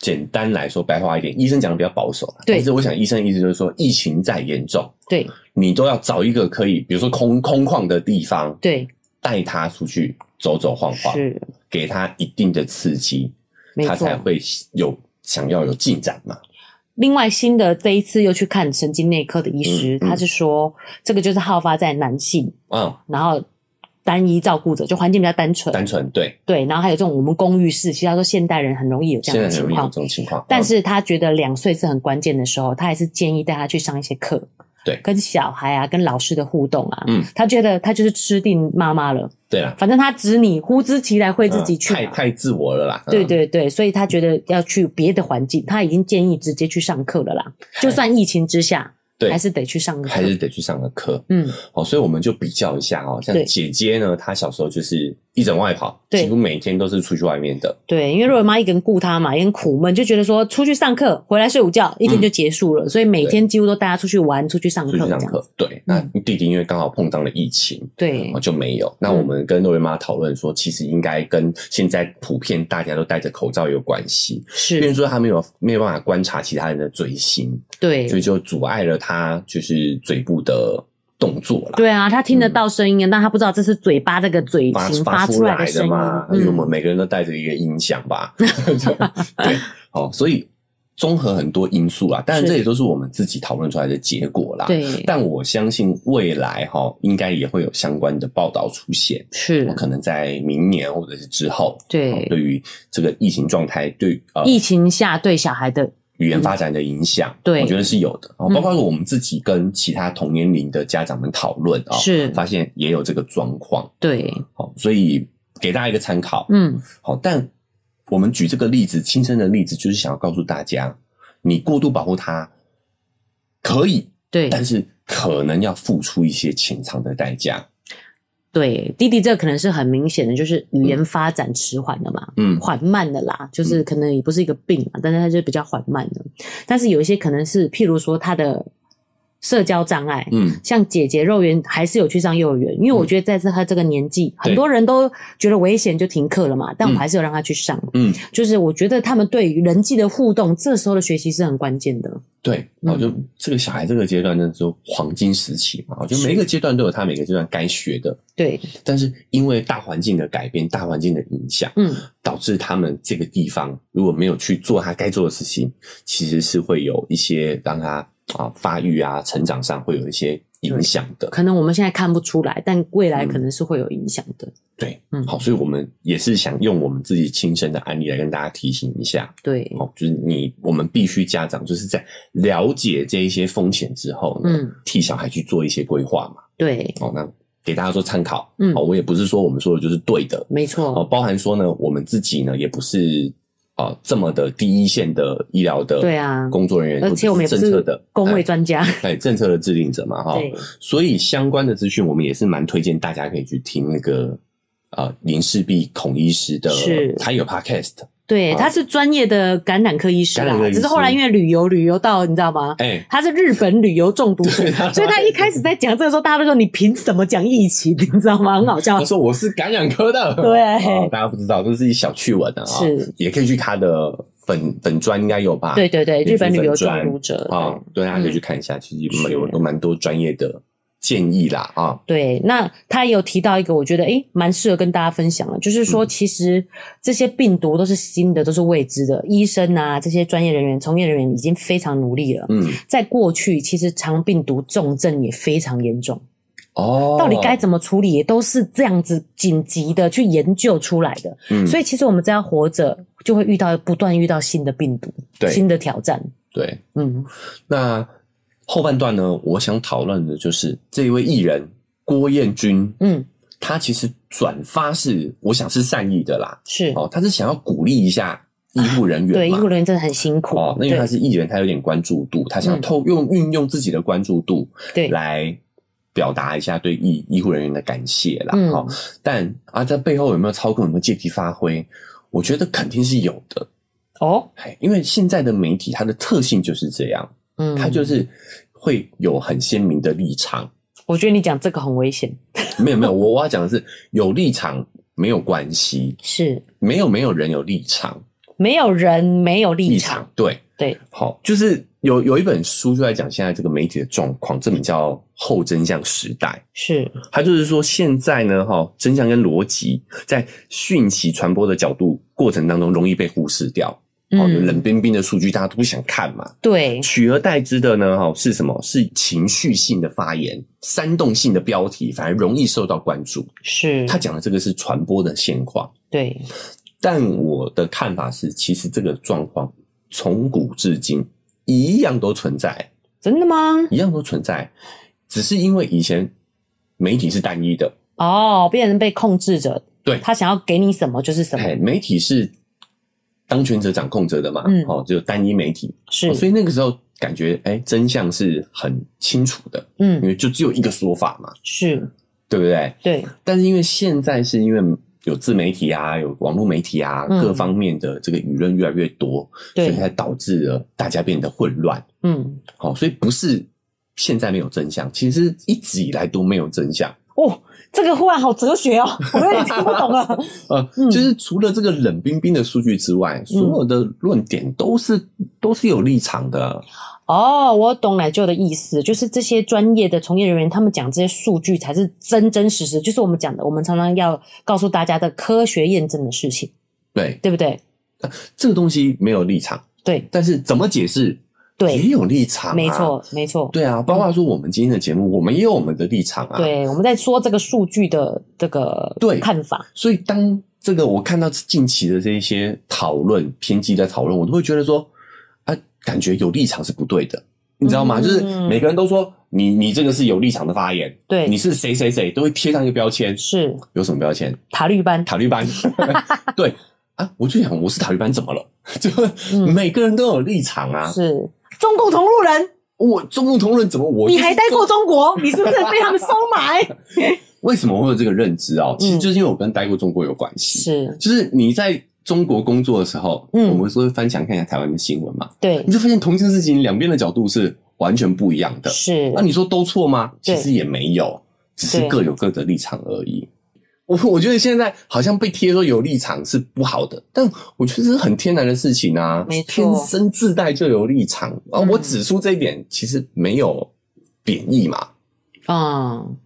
简单来说，白话一点，医生讲的比较保守啦，
对
但是我想医生的意思就是说，疫情再严重，
对
你都要找一个可以，比如说空空旷的地方，
对，
带他出去走走晃晃，
是
给他一定的刺激，
没
他
错
才。会有想要有进展嘛。
另外，新的这一次又去看神经内科的医师，
嗯嗯
他是说这个就是好发在男性，
嗯，
然后单一照顾者，就环境比较单纯，
单纯对，
对，然后还有这种我们公寓式，其实他说现代人很容易有这
现
样
在
的情
很容易有
况
这，种情况，
但
嗯
是他觉得两岁是很关键的时候，他还是建议带他去上一些课，
对
跟小孩啊，跟老师的互动啊，
嗯，
他觉得他就是吃定妈妈了，
对啦，
反正他指你，呼之即来会自己去
嗯
嘛、
太太自我了啦。嗯
对，对对，所以他觉得要去别的环境，他已经建议直接去上课了啦。就算疫情之下，
哎对
还是得去上课。
还是得去上个课。
嗯，
哦，所以我们就比较一下哦，像
对
姐姐呢，她小时候就是一整外跑，
对
几乎每天都是出去外面的。
对，因为若尔妈一个人顾他嘛，也很苦闷，就觉得说出去上课，回来睡午觉，一天就结束了，
嗯
所以每天几乎都带他出去玩，出去上
出
课
去
这
上
样
课
子。，嗯
对。那弟弟因为刚好碰上了疫情，
对
哦，就没有。
嗯
那我们跟肉圆妈讨论说，其实应该跟现在普遍大家都戴着口罩有关系，因为
是，
说他没有没有办法观察其他人的嘴型，
对
所，以就阻碍了他就是嘴部的动作啦。
对啊，他听得到声音啊，但他不知道这是嘴巴这个嘴
发
型
发
出来
来
声音
嘛，。哎因为我
嗯，
们每个人都带着一个音响
[laughs]
吧，对，好，所以综合很多因素啦，当然
是
这也都是我们自己讨论出来的结果啦。 [laughs]
对，
但我相信未来哈，应该也会有相关的报道出现，
是，
可能在明年或者是之后，哦
对。
对于这个疫情状态对呃
疫情下对小孩的，
语言发展的影响，
对
我觉得是有的哦。
嗯
包括我们自己跟其他同年龄的家长们讨论啊，
是
发现也有这个状况，
对，
好，所以给大家一个参考，
嗯，
好，但我们举这个例子，亲身的例子，就是想要告诉大家，你过度保护他可以，
对，
但是可能要付出一些潜藏的代价，
对，弟弟这可能是很明显的，就是语言发展迟缓的嘛，
嗯
缓慢的啦，就是可能也不是一个病嘛，但是它就比较缓慢的。但是有一些可能是，譬如说他的社交障碍，
嗯，
像姐姐肉圆还是有去上幼儿园，因为我觉得在这他这个年纪，
对
很多人都觉得危险就停课了嘛，但我还是有让他去上。
嗯，
就是我觉得他们对于人际的互动，这时候的学习是很关键的。
对，我
嗯
就这个小孩这个阶段，真的是黄金时期嘛，我觉得
是
每一个阶段都有他每个阶段该学的，
对，
但是因为大环境的改变、大环境的影响，
嗯，
导致他们这个地方如果没有去做他该做的事情，其实是会有一些让他啊发育啊、成长上会有一些影响的。
可能我们现在看不出来，但未
嗯
来可能是会有影响的。
对，
嗯
好，所以我们也是想用我们自己亲身的案例来跟大家提醒一下，
对，
哦，就是你我们必须家长就是在了解这一些风险之后呢，
嗯
替小孩去做一些规划嘛，
对，
哦，那给大家做参考，
嗯
哦，我也不是说我们说的就是对的，
没错。
哦，包含说呢，我们自己呢也不是哦这么的第一线的医疗的
对啊
工作人员，
而且我们也
或
不
者政策
是
的
工
哎
位专家，
对政策的制定者嘛，哈，
对
所以相关的资讯，我们也是蛮推荐大家可以去听那个呃林世璧孔医师的
是，
他有 podcast，
对，
啊
他是专业的感染科医师
感
啦
染科，医
只是后来
师
因为旅游旅游到你知道吗？
哎、
他是日本旅游中毒者
对啊，
所以他一开始在讲这个时候，大家都说你凭什么讲疫情，你知道吗？很好笑
他。说我是感染科的，
对
啊大家不知道，这是一小趣闻啊，啊
是，
也可以去他的粉粉专应该有吧，
对对对，
也是
日本旅游中
粉专
毒者对
啊、
嗯
对，大家可以去看一下，其实
是
有有蛮多专业的建议啦，啊，
对，那他也有提到一个，我觉得诶蛮适合跟大家分享的，就是
嗯
说，其实这些病毒都是新的，都是未知的。医生啊，这些专业人员、从业人员已经非常努力了。
嗯，
在过去，其实肠病毒重症也非常严重，
哦，
到底该怎么处理，也都是这样子紧急的去研究出来的。
嗯，
所
以
以，其实我们只要活着，就会遇到不断遇到新的病毒、
对
新的挑战。
对，
嗯，
那后半段呢，我想讨论的就是这一位艺人郭彦均，
嗯，
他其实转发是我想是善意的啦，
是，
哦，他是想要鼓励一下医护人员嘛，
对，医护人员真的很辛苦。
哦，那因为他是艺人，他有点关注度，他想
嗯
透用运用自己的关注度
对对，
来表达一下对医医护人员的感谢啦。
嗯
哈、但啊，在背后有没有操控，有没有借题发挥？我觉得肯定是有的，
哦，
嘿因为现在的媒体它的特性就是这样，
嗯，
它就是会有很鲜明的立场。
我觉得你讲这个很危险，
没有没有，我我要讲的是有立场没有关系，
是
没有没有人有立场，
没有人没有立
立
场，
场对。
对，
好，就是有有一本书就在讲现在这个媒体的状况，这本叫《后真相时代
是》，
它就是说现在呢，哈，真相跟逻辑在讯息传播的角度过程当中容易被忽视掉，哦，
嗯
有冷冰冰的数据大家都不想看嘛，
对，
取而代之的呢，哈，是什么？是情绪性的发言、煽动性的标题，反而容易受到关注。
是，
他讲的这个是传播的现况。
对，
但我的看法是，其实这个状况从古至今一样都存在，
真的吗？
一样都存在，只是因为以前媒体是单一的，
哦，变成被控制者，
对
他想要给你什么就是什么，
哎，媒体是当权者掌控者的嘛，
嗯
哦，只有单一媒体，
是，
哦所以那个时候感觉哎，真相是很清楚的，因
嗯，
为就只有一个说法嘛，
是，
对不对？
对，
但是因为现在是因为有自媒体啊，有网络媒体啊，
嗯
各方面的这个舆论越来越多，所
对
以才导致了大家变得混乱。
嗯，
好、所以不是现在没有真相，其实一直以来都没有真相。
哦，这个忽然好哲学 [laughs] 哦，我有点听不懂了，
呃，
嗯
就是除了这个冷冰冰的数据之外，所有的论点都是都是有立场的。
哦，我懂奶舅的意思，就是这些专业的从业人员，他们讲这些数据才是真真实实，就是我们讲的，我们常常要告诉大家的科学验证的事情，
对，
对不对？
这个东西没有立场，
对
但是怎么解释？
对
也有立场、啊
没。错，没错。
对啊，包括说我们今天的节目，我们也有我们的立场啊。
对，我们在说这个数据的这个
对
看法，
所以当这个我看到近期的这一些讨论偏激的讨论，我都会觉得说，啊，感觉有立场是不对的，你知道吗？
嗯
就是每个人都说你你这个是有立场的发言，
对，
你是谁谁谁，都会贴上一个标签，
是
有什么
[laughs]
标签？
塔利班，
塔
[laughs]
利班，对啊，我就想我是塔利班怎么了？ [laughs] 就
嗯
每个人都有立场啊，
是中共同路人，
我中共同论怎么我
你还待过中国，你是不是被他们收买？
为什么会有这个认知哦？其实
嗯
就是因为我跟待过中国有关系，
[laughs] 是，
就是你在中国工作的时候，
嗯
我们说翻墙看一下台湾的新闻嘛，
对
你，就发现同一件事情两边的角度是完全不一样的。啊
是
那，你说都错吗？其
对
实也没有，只是
对
各有各的立场而已。我我觉得现在好像被贴说有立场是不好的，但我觉得这是很天然的事情啊。
没错
天生自带就有立场啊。
嗯
我指出这一点，其实没有贬义嘛，
嗯，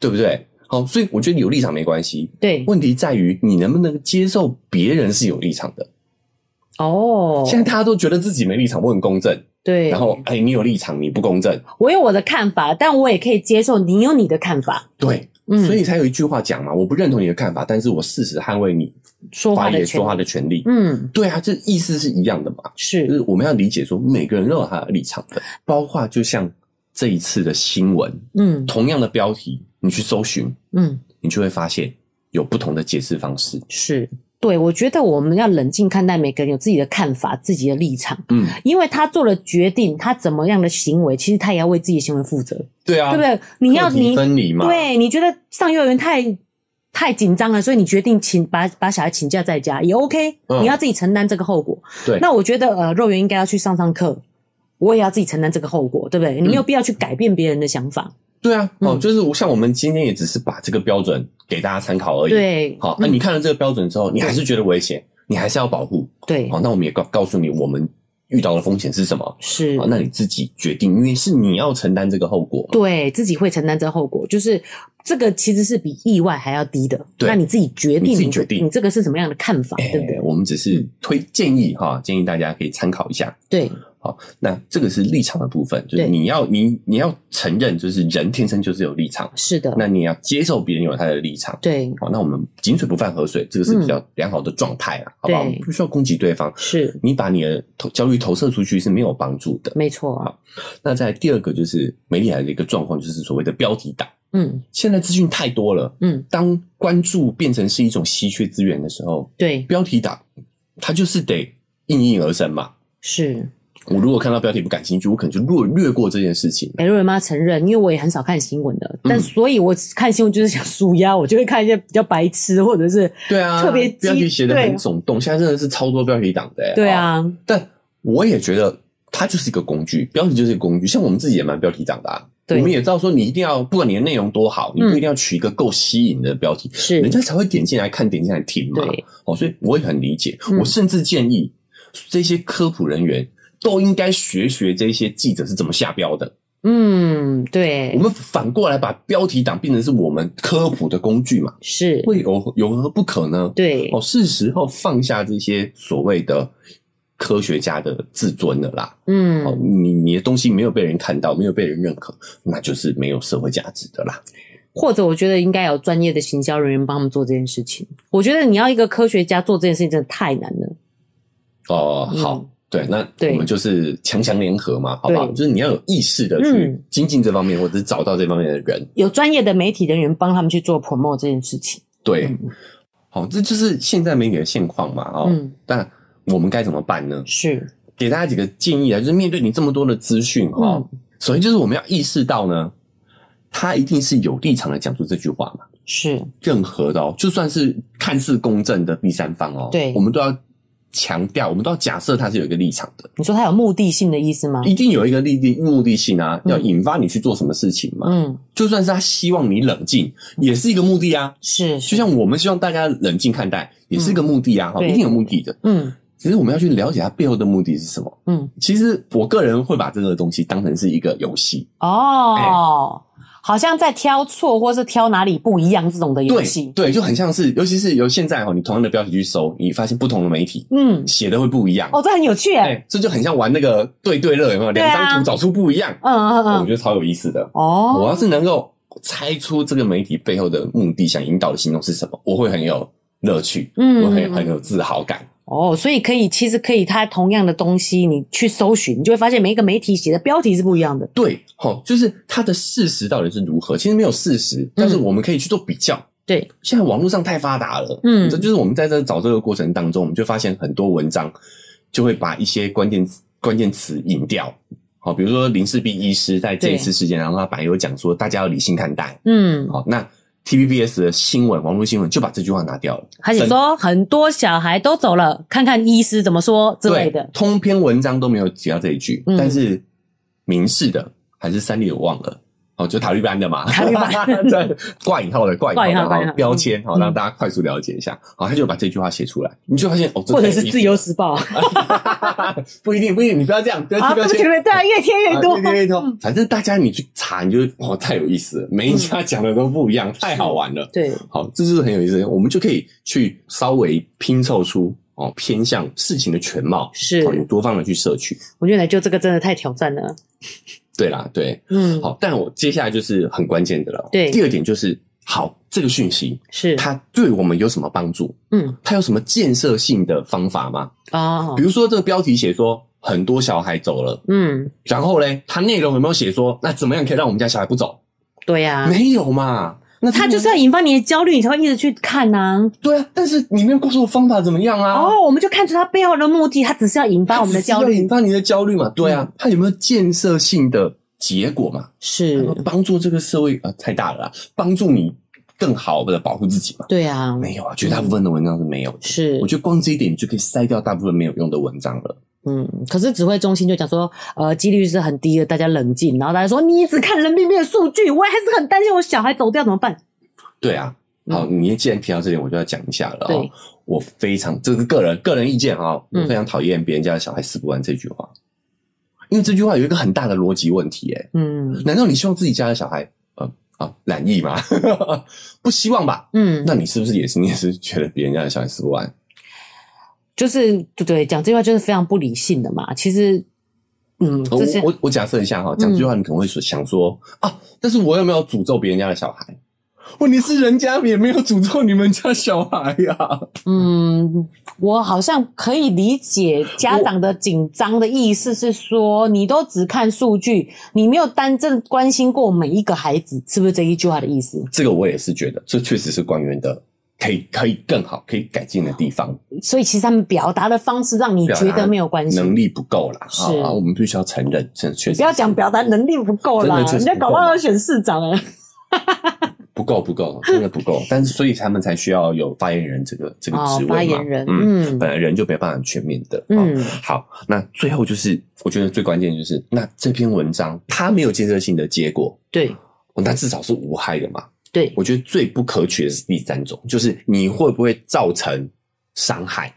对不对？好，所以我觉得有立场没关系，
对，
问题在于你能不能接受别人是有立场的。
哦，
现在大家都觉得自己没立场，我很公正，
对，
然后哎，你有立场，你不公正，
我有我的看法，但我也可以接受你有你的看法。
对，
嗯，
所以才有一句话讲嘛，我不认同你的看法，但是我事实捍卫你
说
发
话的
言
权
说话
利，
的权利。
嗯，
对啊，这意思是一样的嘛，就是是我们要理解说每个人都有他的立场的，包括就像这一次的新闻，
嗯
同样的标题，你去搜寻，
嗯
你就会发现有不同的解释方式。
是对，我觉得我们要冷静看待每个人有自己的看法、自己的立场，
嗯，
因为他做了决定，他怎么样的行为，其实他也要为自己的行为负责，
对啊，
对不对？你要
课题
你
分离嘛，
对，你觉得上幼儿园太太紧张了，所以你决定请把把小孩请假在家也 OK，、
嗯
你要自己承担这个后果。
对
那我觉得呃，肉圆应该要去上上课，我也要自己承担这个后果，对不对？你没
嗯
有必要去改变别人的想法。
对啊，哦，
嗯
就是我像我们今天也只是把这个标准给大家参考而已，，
对，
好，那
嗯
你看了这个标准之后，你还是觉得危险，你还是要保护，
对
好，那我们也告告诉你我们遇到的风险是什么，
是
好，。那你自己决定，因为是你要承担这个后果嘛，
对自己会承担这后果，就是这个其实是比意外还要低的。
对
那你自己决定，
你自己决定
你这个是什么样的看法，对不对
哎？我们只是推建议哈，建议大家可以参考一下。
对，
那这个是立场的部分，就是
对
你要你你要承认，就是人天生就是有立场，
是的，
那你也要接受别人有他的立场。
对，
好，那我们井水不犯河水，这个是比较良好的状态啊，好不好？
嗯对
我们不需要攻击对方，
是
你把你的投焦虑投射出去是没有帮助的。
没错
好。那在第二个就是美丽来的一个状况，就是所谓的标题党。
嗯
现在资讯太多了，
嗯，
当关注变成是一种稀缺资源的时候，
对，
标题党它就是得应运而生嘛。
是。
我如果看到标题不感兴趣，我可能就略略过这件事情。
美若人妈承认，因为我也很少看新闻
嗯
的，但所以我看新闻就是想 [laughs] 舒压，我就会看一些比较白痴或者是
对啊，
特别激
标题写的很
对
耸动，现在真的是超多标题党的、欸。
对
哦，
啊，
但我也觉得它就是一个工具，标题就是一个工具。像我们自己也蛮标题党的、啊，我
对
们也知道说你一定要，不管你的内容多好，你不
嗯
一定要取一个够吸引的标题，
是
人，家才会点进来看，点进来听嘛。
对，
哦，所以我也很理解，
嗯
我甚至建议这些科普人员都应该学学这些记者是怎么下标的。
嗯，
我
对，
们反过来把标题党变成是我们科普的工具嘛，
是，
会有有何不可呢？
对，
哦，是时候放下这些所谓的科学家的自尊了啦。哦，
嗯，
你你的东西没有被人看到，没有被人认可，那就是没有社会价值的啦。
或者我觉得应该有专业的行销人员帮他们做这件事情。我觉得你要一个科学家做这件事情真的太难了。
哦，
嗯
好。对，那
对
我们就是强强联合嘛，好不好？
对
就是你要有意识的去
嗯
精进这方面，或者是找到这方面的人。
有专业的媒体人员帮他们去做 promote 这件事情，
对，好、这就是现在媒体的现况嘛。哦，
嗯，
那我们该怎么办呢？
是，
给大家几个建议啊，就是面对你这么多的资讯哦，
嗯
首先就是我们要意识到呢，他一定是有立场的讲出这句话嘛。
是，
任何的哦，就算是看似公正的第三方哦，
对
我们都要强调，我们都要假设他是有一个立场的，
你说他有目的性的意思吗？
一定有一个立地目的性啊，
嗯
要引发你去做什么事情嘛。
嗯，
就算是他希望你冷静，也是一个目的啊。
是，
就像我们希望大家冷静看待，也是一个目的啊，哈、
对
一定有目的的。
嗯
只是我们要去了解它背后的目的是什么。
嗯，
其实我个人会把这个东西当成是一个游戏，哎
哦，好像在挑错或是挑哪里不一样这种的游
对
戏。
对，就很像是，尤其是由现在哦，你同样的标题去搜，你发现不同的媒体
嗯，
写的会不一样。
哦，这很有趣哎。
哎，这就很像玩那个对对乐，有没有？
对
两
啊
张图找出不一样，哦
嗯嗯嗯。
我觉得超有意思的。我
哦，
要是能够猜出这个媒体背后的目的，想引导的行动是什么，我会很有乐趣，
嗯
我会
嗯
很有自豪感。
哦，所以可以，其实可以，它同样的东西，你去搜寻，你就会发现每一个媒体写的标题是不一样的。
对，好，就是它的事实到底是如何？其实没有事
嗯
实，但是我们可以去做比较。
对，
现在网络上太发达了，
嗯
这就是我们在这找这个过程当中，我们就发现很多文章就会把一些关键词关键词引掉。好，比如说林世璧医师在这一次事件，然后他本来有讲说大家要理性看待。
嗯，
好，那 TVBS 的新闻，网络新闻就把这句话拿掉了，
而且说很多小孩都走了，看看医师怎么说之类
对
的。
通篇文章都没有提到这一句，
嗯
但是明示的还是三立我忘了。哦，就塔利班的嘛，
塔利班
对，挂引号的，挂
挂
引
引
号
号
的
挂引
哈
号
标签，好
嗯
让大家快速了解一下。好，他就把这句话写出来，你就发现哦，这
或者
太有
是
意思
自由时报
了，不一定，不一定，你不要这样，不要贴
啊，对
标
不起，
签。
对不起对啊，越贴越多
啊，对对对对反正大家你去查，你就哦，太有意思了，每一家讲的都不一样，太好玩了。
对，
好，这就是很有意思，我们就可以去稍微拼凑出哦偏向事情的全貌，
是
哦，你多方的去摄取。
我觉得奶就这个真的太挑战了。
对啦，对，
嗯，
好，但我接下来就是很关键的了。
对
第二点就是，好，这个讯息
是，
它对我们有什么帮助？
嗯，
它有什么建设性的方法吗？
哦
比，如说这个标题写说很多小孩走了，
嗯，
然后嘞，它内容有没有写说那怎么样可以让我们家小孩不走？
对呀、
没有嘛，那
啊它就是要引发你的焦虑，你才会一直去看呐、
对啊，但是你没有告诉我方法怎么样啊？
哦，我们就看出它背后的目的，它只是要引发我们的焦
它只是要
虑嗯
引。发你的焦虑嘛？对啊，它有没有建设性的结果嘛？
是，
帮助这个社会啊、呃太大了啦，帮助你更好的保护自己嘛？
对啊，
没有啊，绝大部分的文章是没有的。
是
我，觉得光这一点你就可以筛掉大部分没有用的文章了。
嗯，可是指挥中心就讲说，呃，几率是很低的，大家冷静。然后大家说，你只看人病变的数据，我还是很担心我小孩走掉怎么办？
对啊，好，你既然提到这点，我就要讲一下了、
嗯
哦
对。
我非常这是个人个人意见啊、哦，
嗯
我非常讨厌别人家的小孩死不完这句话，因为这句话有一个很大的逻辑问题、诶
嗯
难道你希望自己家的小孩呃啊懒意吗？ [laughs] 不希望吧？
嗯，
那你是不是也是你也是觉得别人家的小孩死不完？
就是对对，讲这句话就是非常不理性的嘛。其实，嗯，
呃
这些嗯
我我我假设一下哈，讲这句话你可能会说想说、啊，但是我又没有诅咒别人家的小孩，问题是人家也没有诅咒你们家小孩呀、
嗯，我好像可以理解家长的紧张的意思是说，你都只看数据，你没有单正关心过每一个孩子，是不是这一句话的意思？
这个我也是觉得，这确实是官员的可以可以更好、可以改进的地方，
所以其实他们表达的方式让你
表达
觉得没有关系，
能力不够啦。
是
啊，我们必须要承认，这确实
不要讲表达能力不够啦
真的，确
人
实
家搞不
不
好
够
要选市长
[laughs]
哎、
不够不够，真的
[laughs]
不够。但是所以他们才需要有发言人这个这个
哦
职位嘛。
发言人
嗯，
嗯
本来人就没办法全面的。嗯、
嗯
好，那最后就是我觉得最关键就是，那这篇文章它没有建设性的结果，
对
那至少是无害的嘛。
对，
我觉得最不可取的是第三种，就是你会不会造成伤害？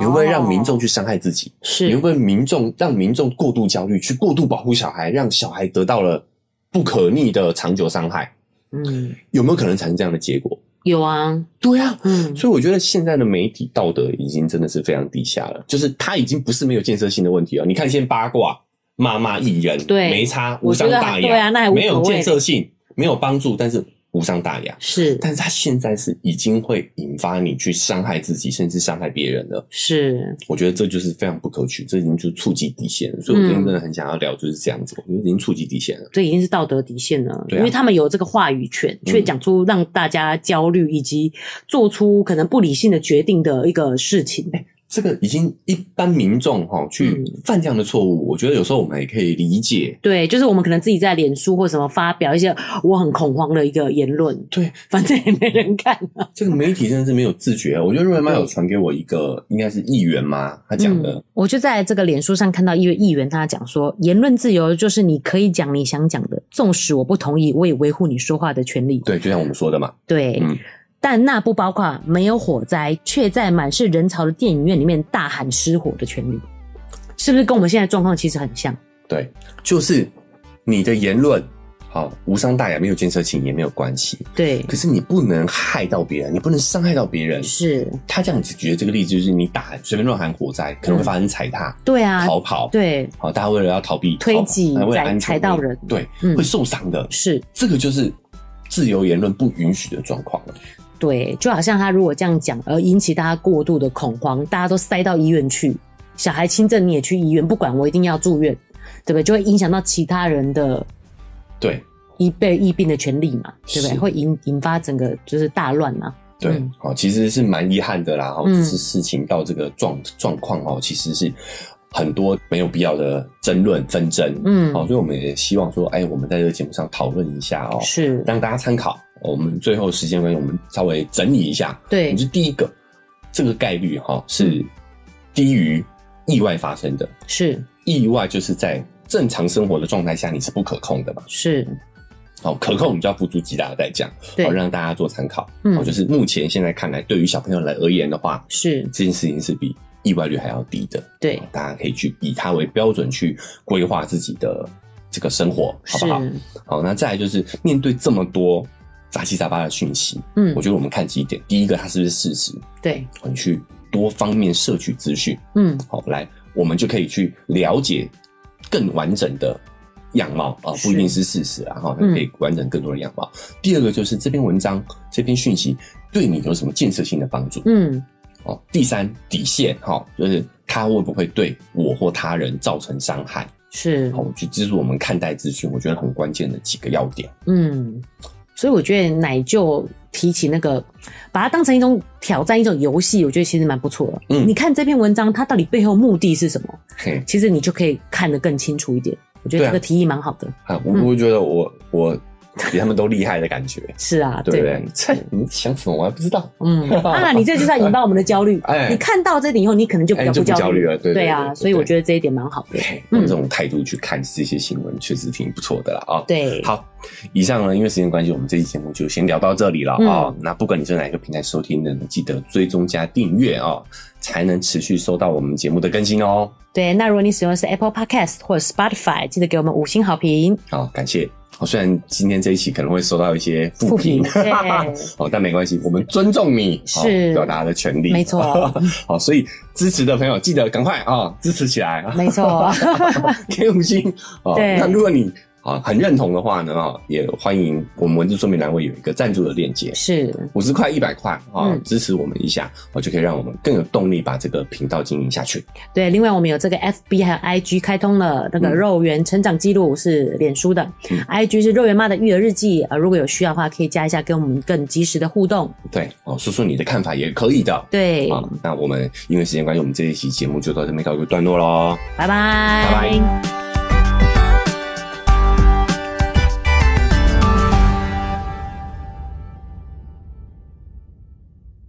你会不会让民众
哦
去伤害自己？你会
是
不会民众让民众过度焦虑，去过度保护小孩，让小孩得到了不可逆的长久伤害？
嗯
有没有可能产生这样的结果？
有啊
对啊，
嗯
所以我觉得现在的媒体道德已经真的是非常低下了，就是它已经不是没有建设性的问题了。你看，先八卦、骂骂艺人，
对
没差，
我
无
觉
伤
得
大雅，
对啊那还无所谓
没有建设性，没有帮助，但是无伤大雅。
是
但是它现在是已经会引发你去伤害自己，甚至伤害别人了。
是
我觉得这就是非常不可取，这已经就触及底线了。所以我今
嗯
天真的很想要聊就是这样子，我觉得已经触及底线了。
这已经是道德底线了，
对啊嗯
因为他们有这个话语权，却讲出让大家焦虑以及做出可能不理性的决定的一个事情。
这个已经一般民众哈、去
嗯
犯这样的错误，我觉得有时候我们也可以理解，
对，就是我们可能自己在脸书或什么发表一些我很恐慌的一个言论，
对，
反正也没人看啊。
这个媒体真的是没有自觉。啊我觉得瑞文妈有传给我一个，应该是议员嘛，他讲的，
嗯我就在这个脸书上看到一位议员，他讲说，言论自由就是你可以讲你想讲的，纵使我不同意，我也维护你说话的权利。
对，就像我们说的嘛，
对，
嗯
但那不包括没有火灾却在满是人潮的电影院里面大喊失火的权利，是不是跟我们现在状况其实很像？
对，就是你的言论，好无伤大雅，没有建设性也没有关系。
对，
可是你不能害到别人，你不能伤害到别人。
是，
他这样子举的这个例子，就是你打随便乱喊火灾，可能会发生踩踏、
对啊，
逃跑，，
对，
好，大家为了要逃避
推
逃跑
挤
为了
踩
安全
踩到人
对，
嗯
会受伤的。
是，
这个就是自由言论不允许的状况了。
对，就好像他如果这样讲，而引起大家过度的恐慌，大家都塞到医院去，小孩轻症你也去医院，不管我一定要住院，对不对？就会影响到其他人的
对，
医被医病的权利嘛，对不对？
是
会引引发整个就是大乱嘛。
对
嗯，
哦，其实是蛮遗憾的啦，哦，
嗯
就是事情到这个状状况哦，其实是很多没有必要的争论纷争，
嗯
好、所以我们也希望说，哎，我们在这个节目上讨论一下哦，
是，
让大家参考。哦我们最后时间关系，我们稍微整理一下，
对嗯
就是第一个，这个概率哈、哦、是低于意外发生的，
是
意外就是在正常生活的状态下你是不可控的嘛，
是，
哦，可控你就要付出极大的代价，
对
好、让大家做参考。
嗯
哦，就是目前现在看来，对于小朋友来而言的话，
是，
这件事情是比意外率还要低的。
对
哦，大家可以去以它为标准去规划自己的这个生活，好不好？
是，
好，那再来就是面对这么多杂七杂八的讯息，
嗯
我，觉得我们看几点：第一个，它是不是事实？
对，
哦你去多方面摄取资讯，
嗯，
好、来，我们就可以去了解更完整的样貌啊、
是嗯
不一定是事实啊，哈、那可以完整更多的样貌。第二个就是这篇文章、这篇讯息对你有什么建设性的帮助？
嗯，
哦，第三底线哈、就是它会不会对我或他人造成伤害？
是
好、，我觉得这是我们看待资讯我觉得很关键的几个要点。
嗯，所以我觉得奶就提起那个，把它当成一种挑战、一种游戏，我觉得其实蛮不错的。
嗯
你看这篇文章，它到底背后目的是什么？
嘿，
其实你就可以看得更清楚一点。我觉得
对啊
这个提议蛮好的。
啊，我我觉得我我比他们都厉害的感觉，
是啊，
对不对？这你想什么我还不知道， [laughs]
嗯，啊，你这就是要引发我们的焦虑。
哎
你看到这点以后，你可能就比
哎
较
就不
焦
焦虑了对对
对
对
啊，
对
所以我
对
觉得这一点蛮好的。
嘿
嗯
用这种态度去看这些新闻，确实挺不错的啦啊。
对，
好，以上呢，因为时间关系，我们这期节目就先聊到这里了啊、
嗯
哦那不管你是哪一个平台收听的，你记得追踪加订阅啊、哦，才能持续收到我们节目的更新哦。
对，那如果你使用的是 Apple Podcast 或者 Spotify，记得给我们五星好评。
好，感谢。哦，虽然今天这一期可能会收到一些负评
负评对，
[laughs] 哦，但没关系，我们尊重你，哦
是
表达的权利，
没错。
[laughs] 好，所以支持的朋友记得赶快啊、哦支持起来，
没
[laughs]
错，
给五星哦。
对
那如果你啊、很认同的话呢，啊、也欢迎我们文字说明栏位有一个赞助的链接，
是，
五十块、一百块啊，
嗯
支持我们一下，我、就可以让我们更有动力把这个频道经营下去。
对。另外，我们有这个 FB 还有 IG 开通了，那个
嗯
肉圆成长记录是脸书的、
嗯
i g 是肉圆妈的育儿日记啊、呃如果有需要的话，可以加一下，跟我们更及时的互动。
对哦，说说你的看法也可以的。
对，
啊、那我们因为时间关系，我们这一期节目就到这边告一个段落喽。
拜拜
拜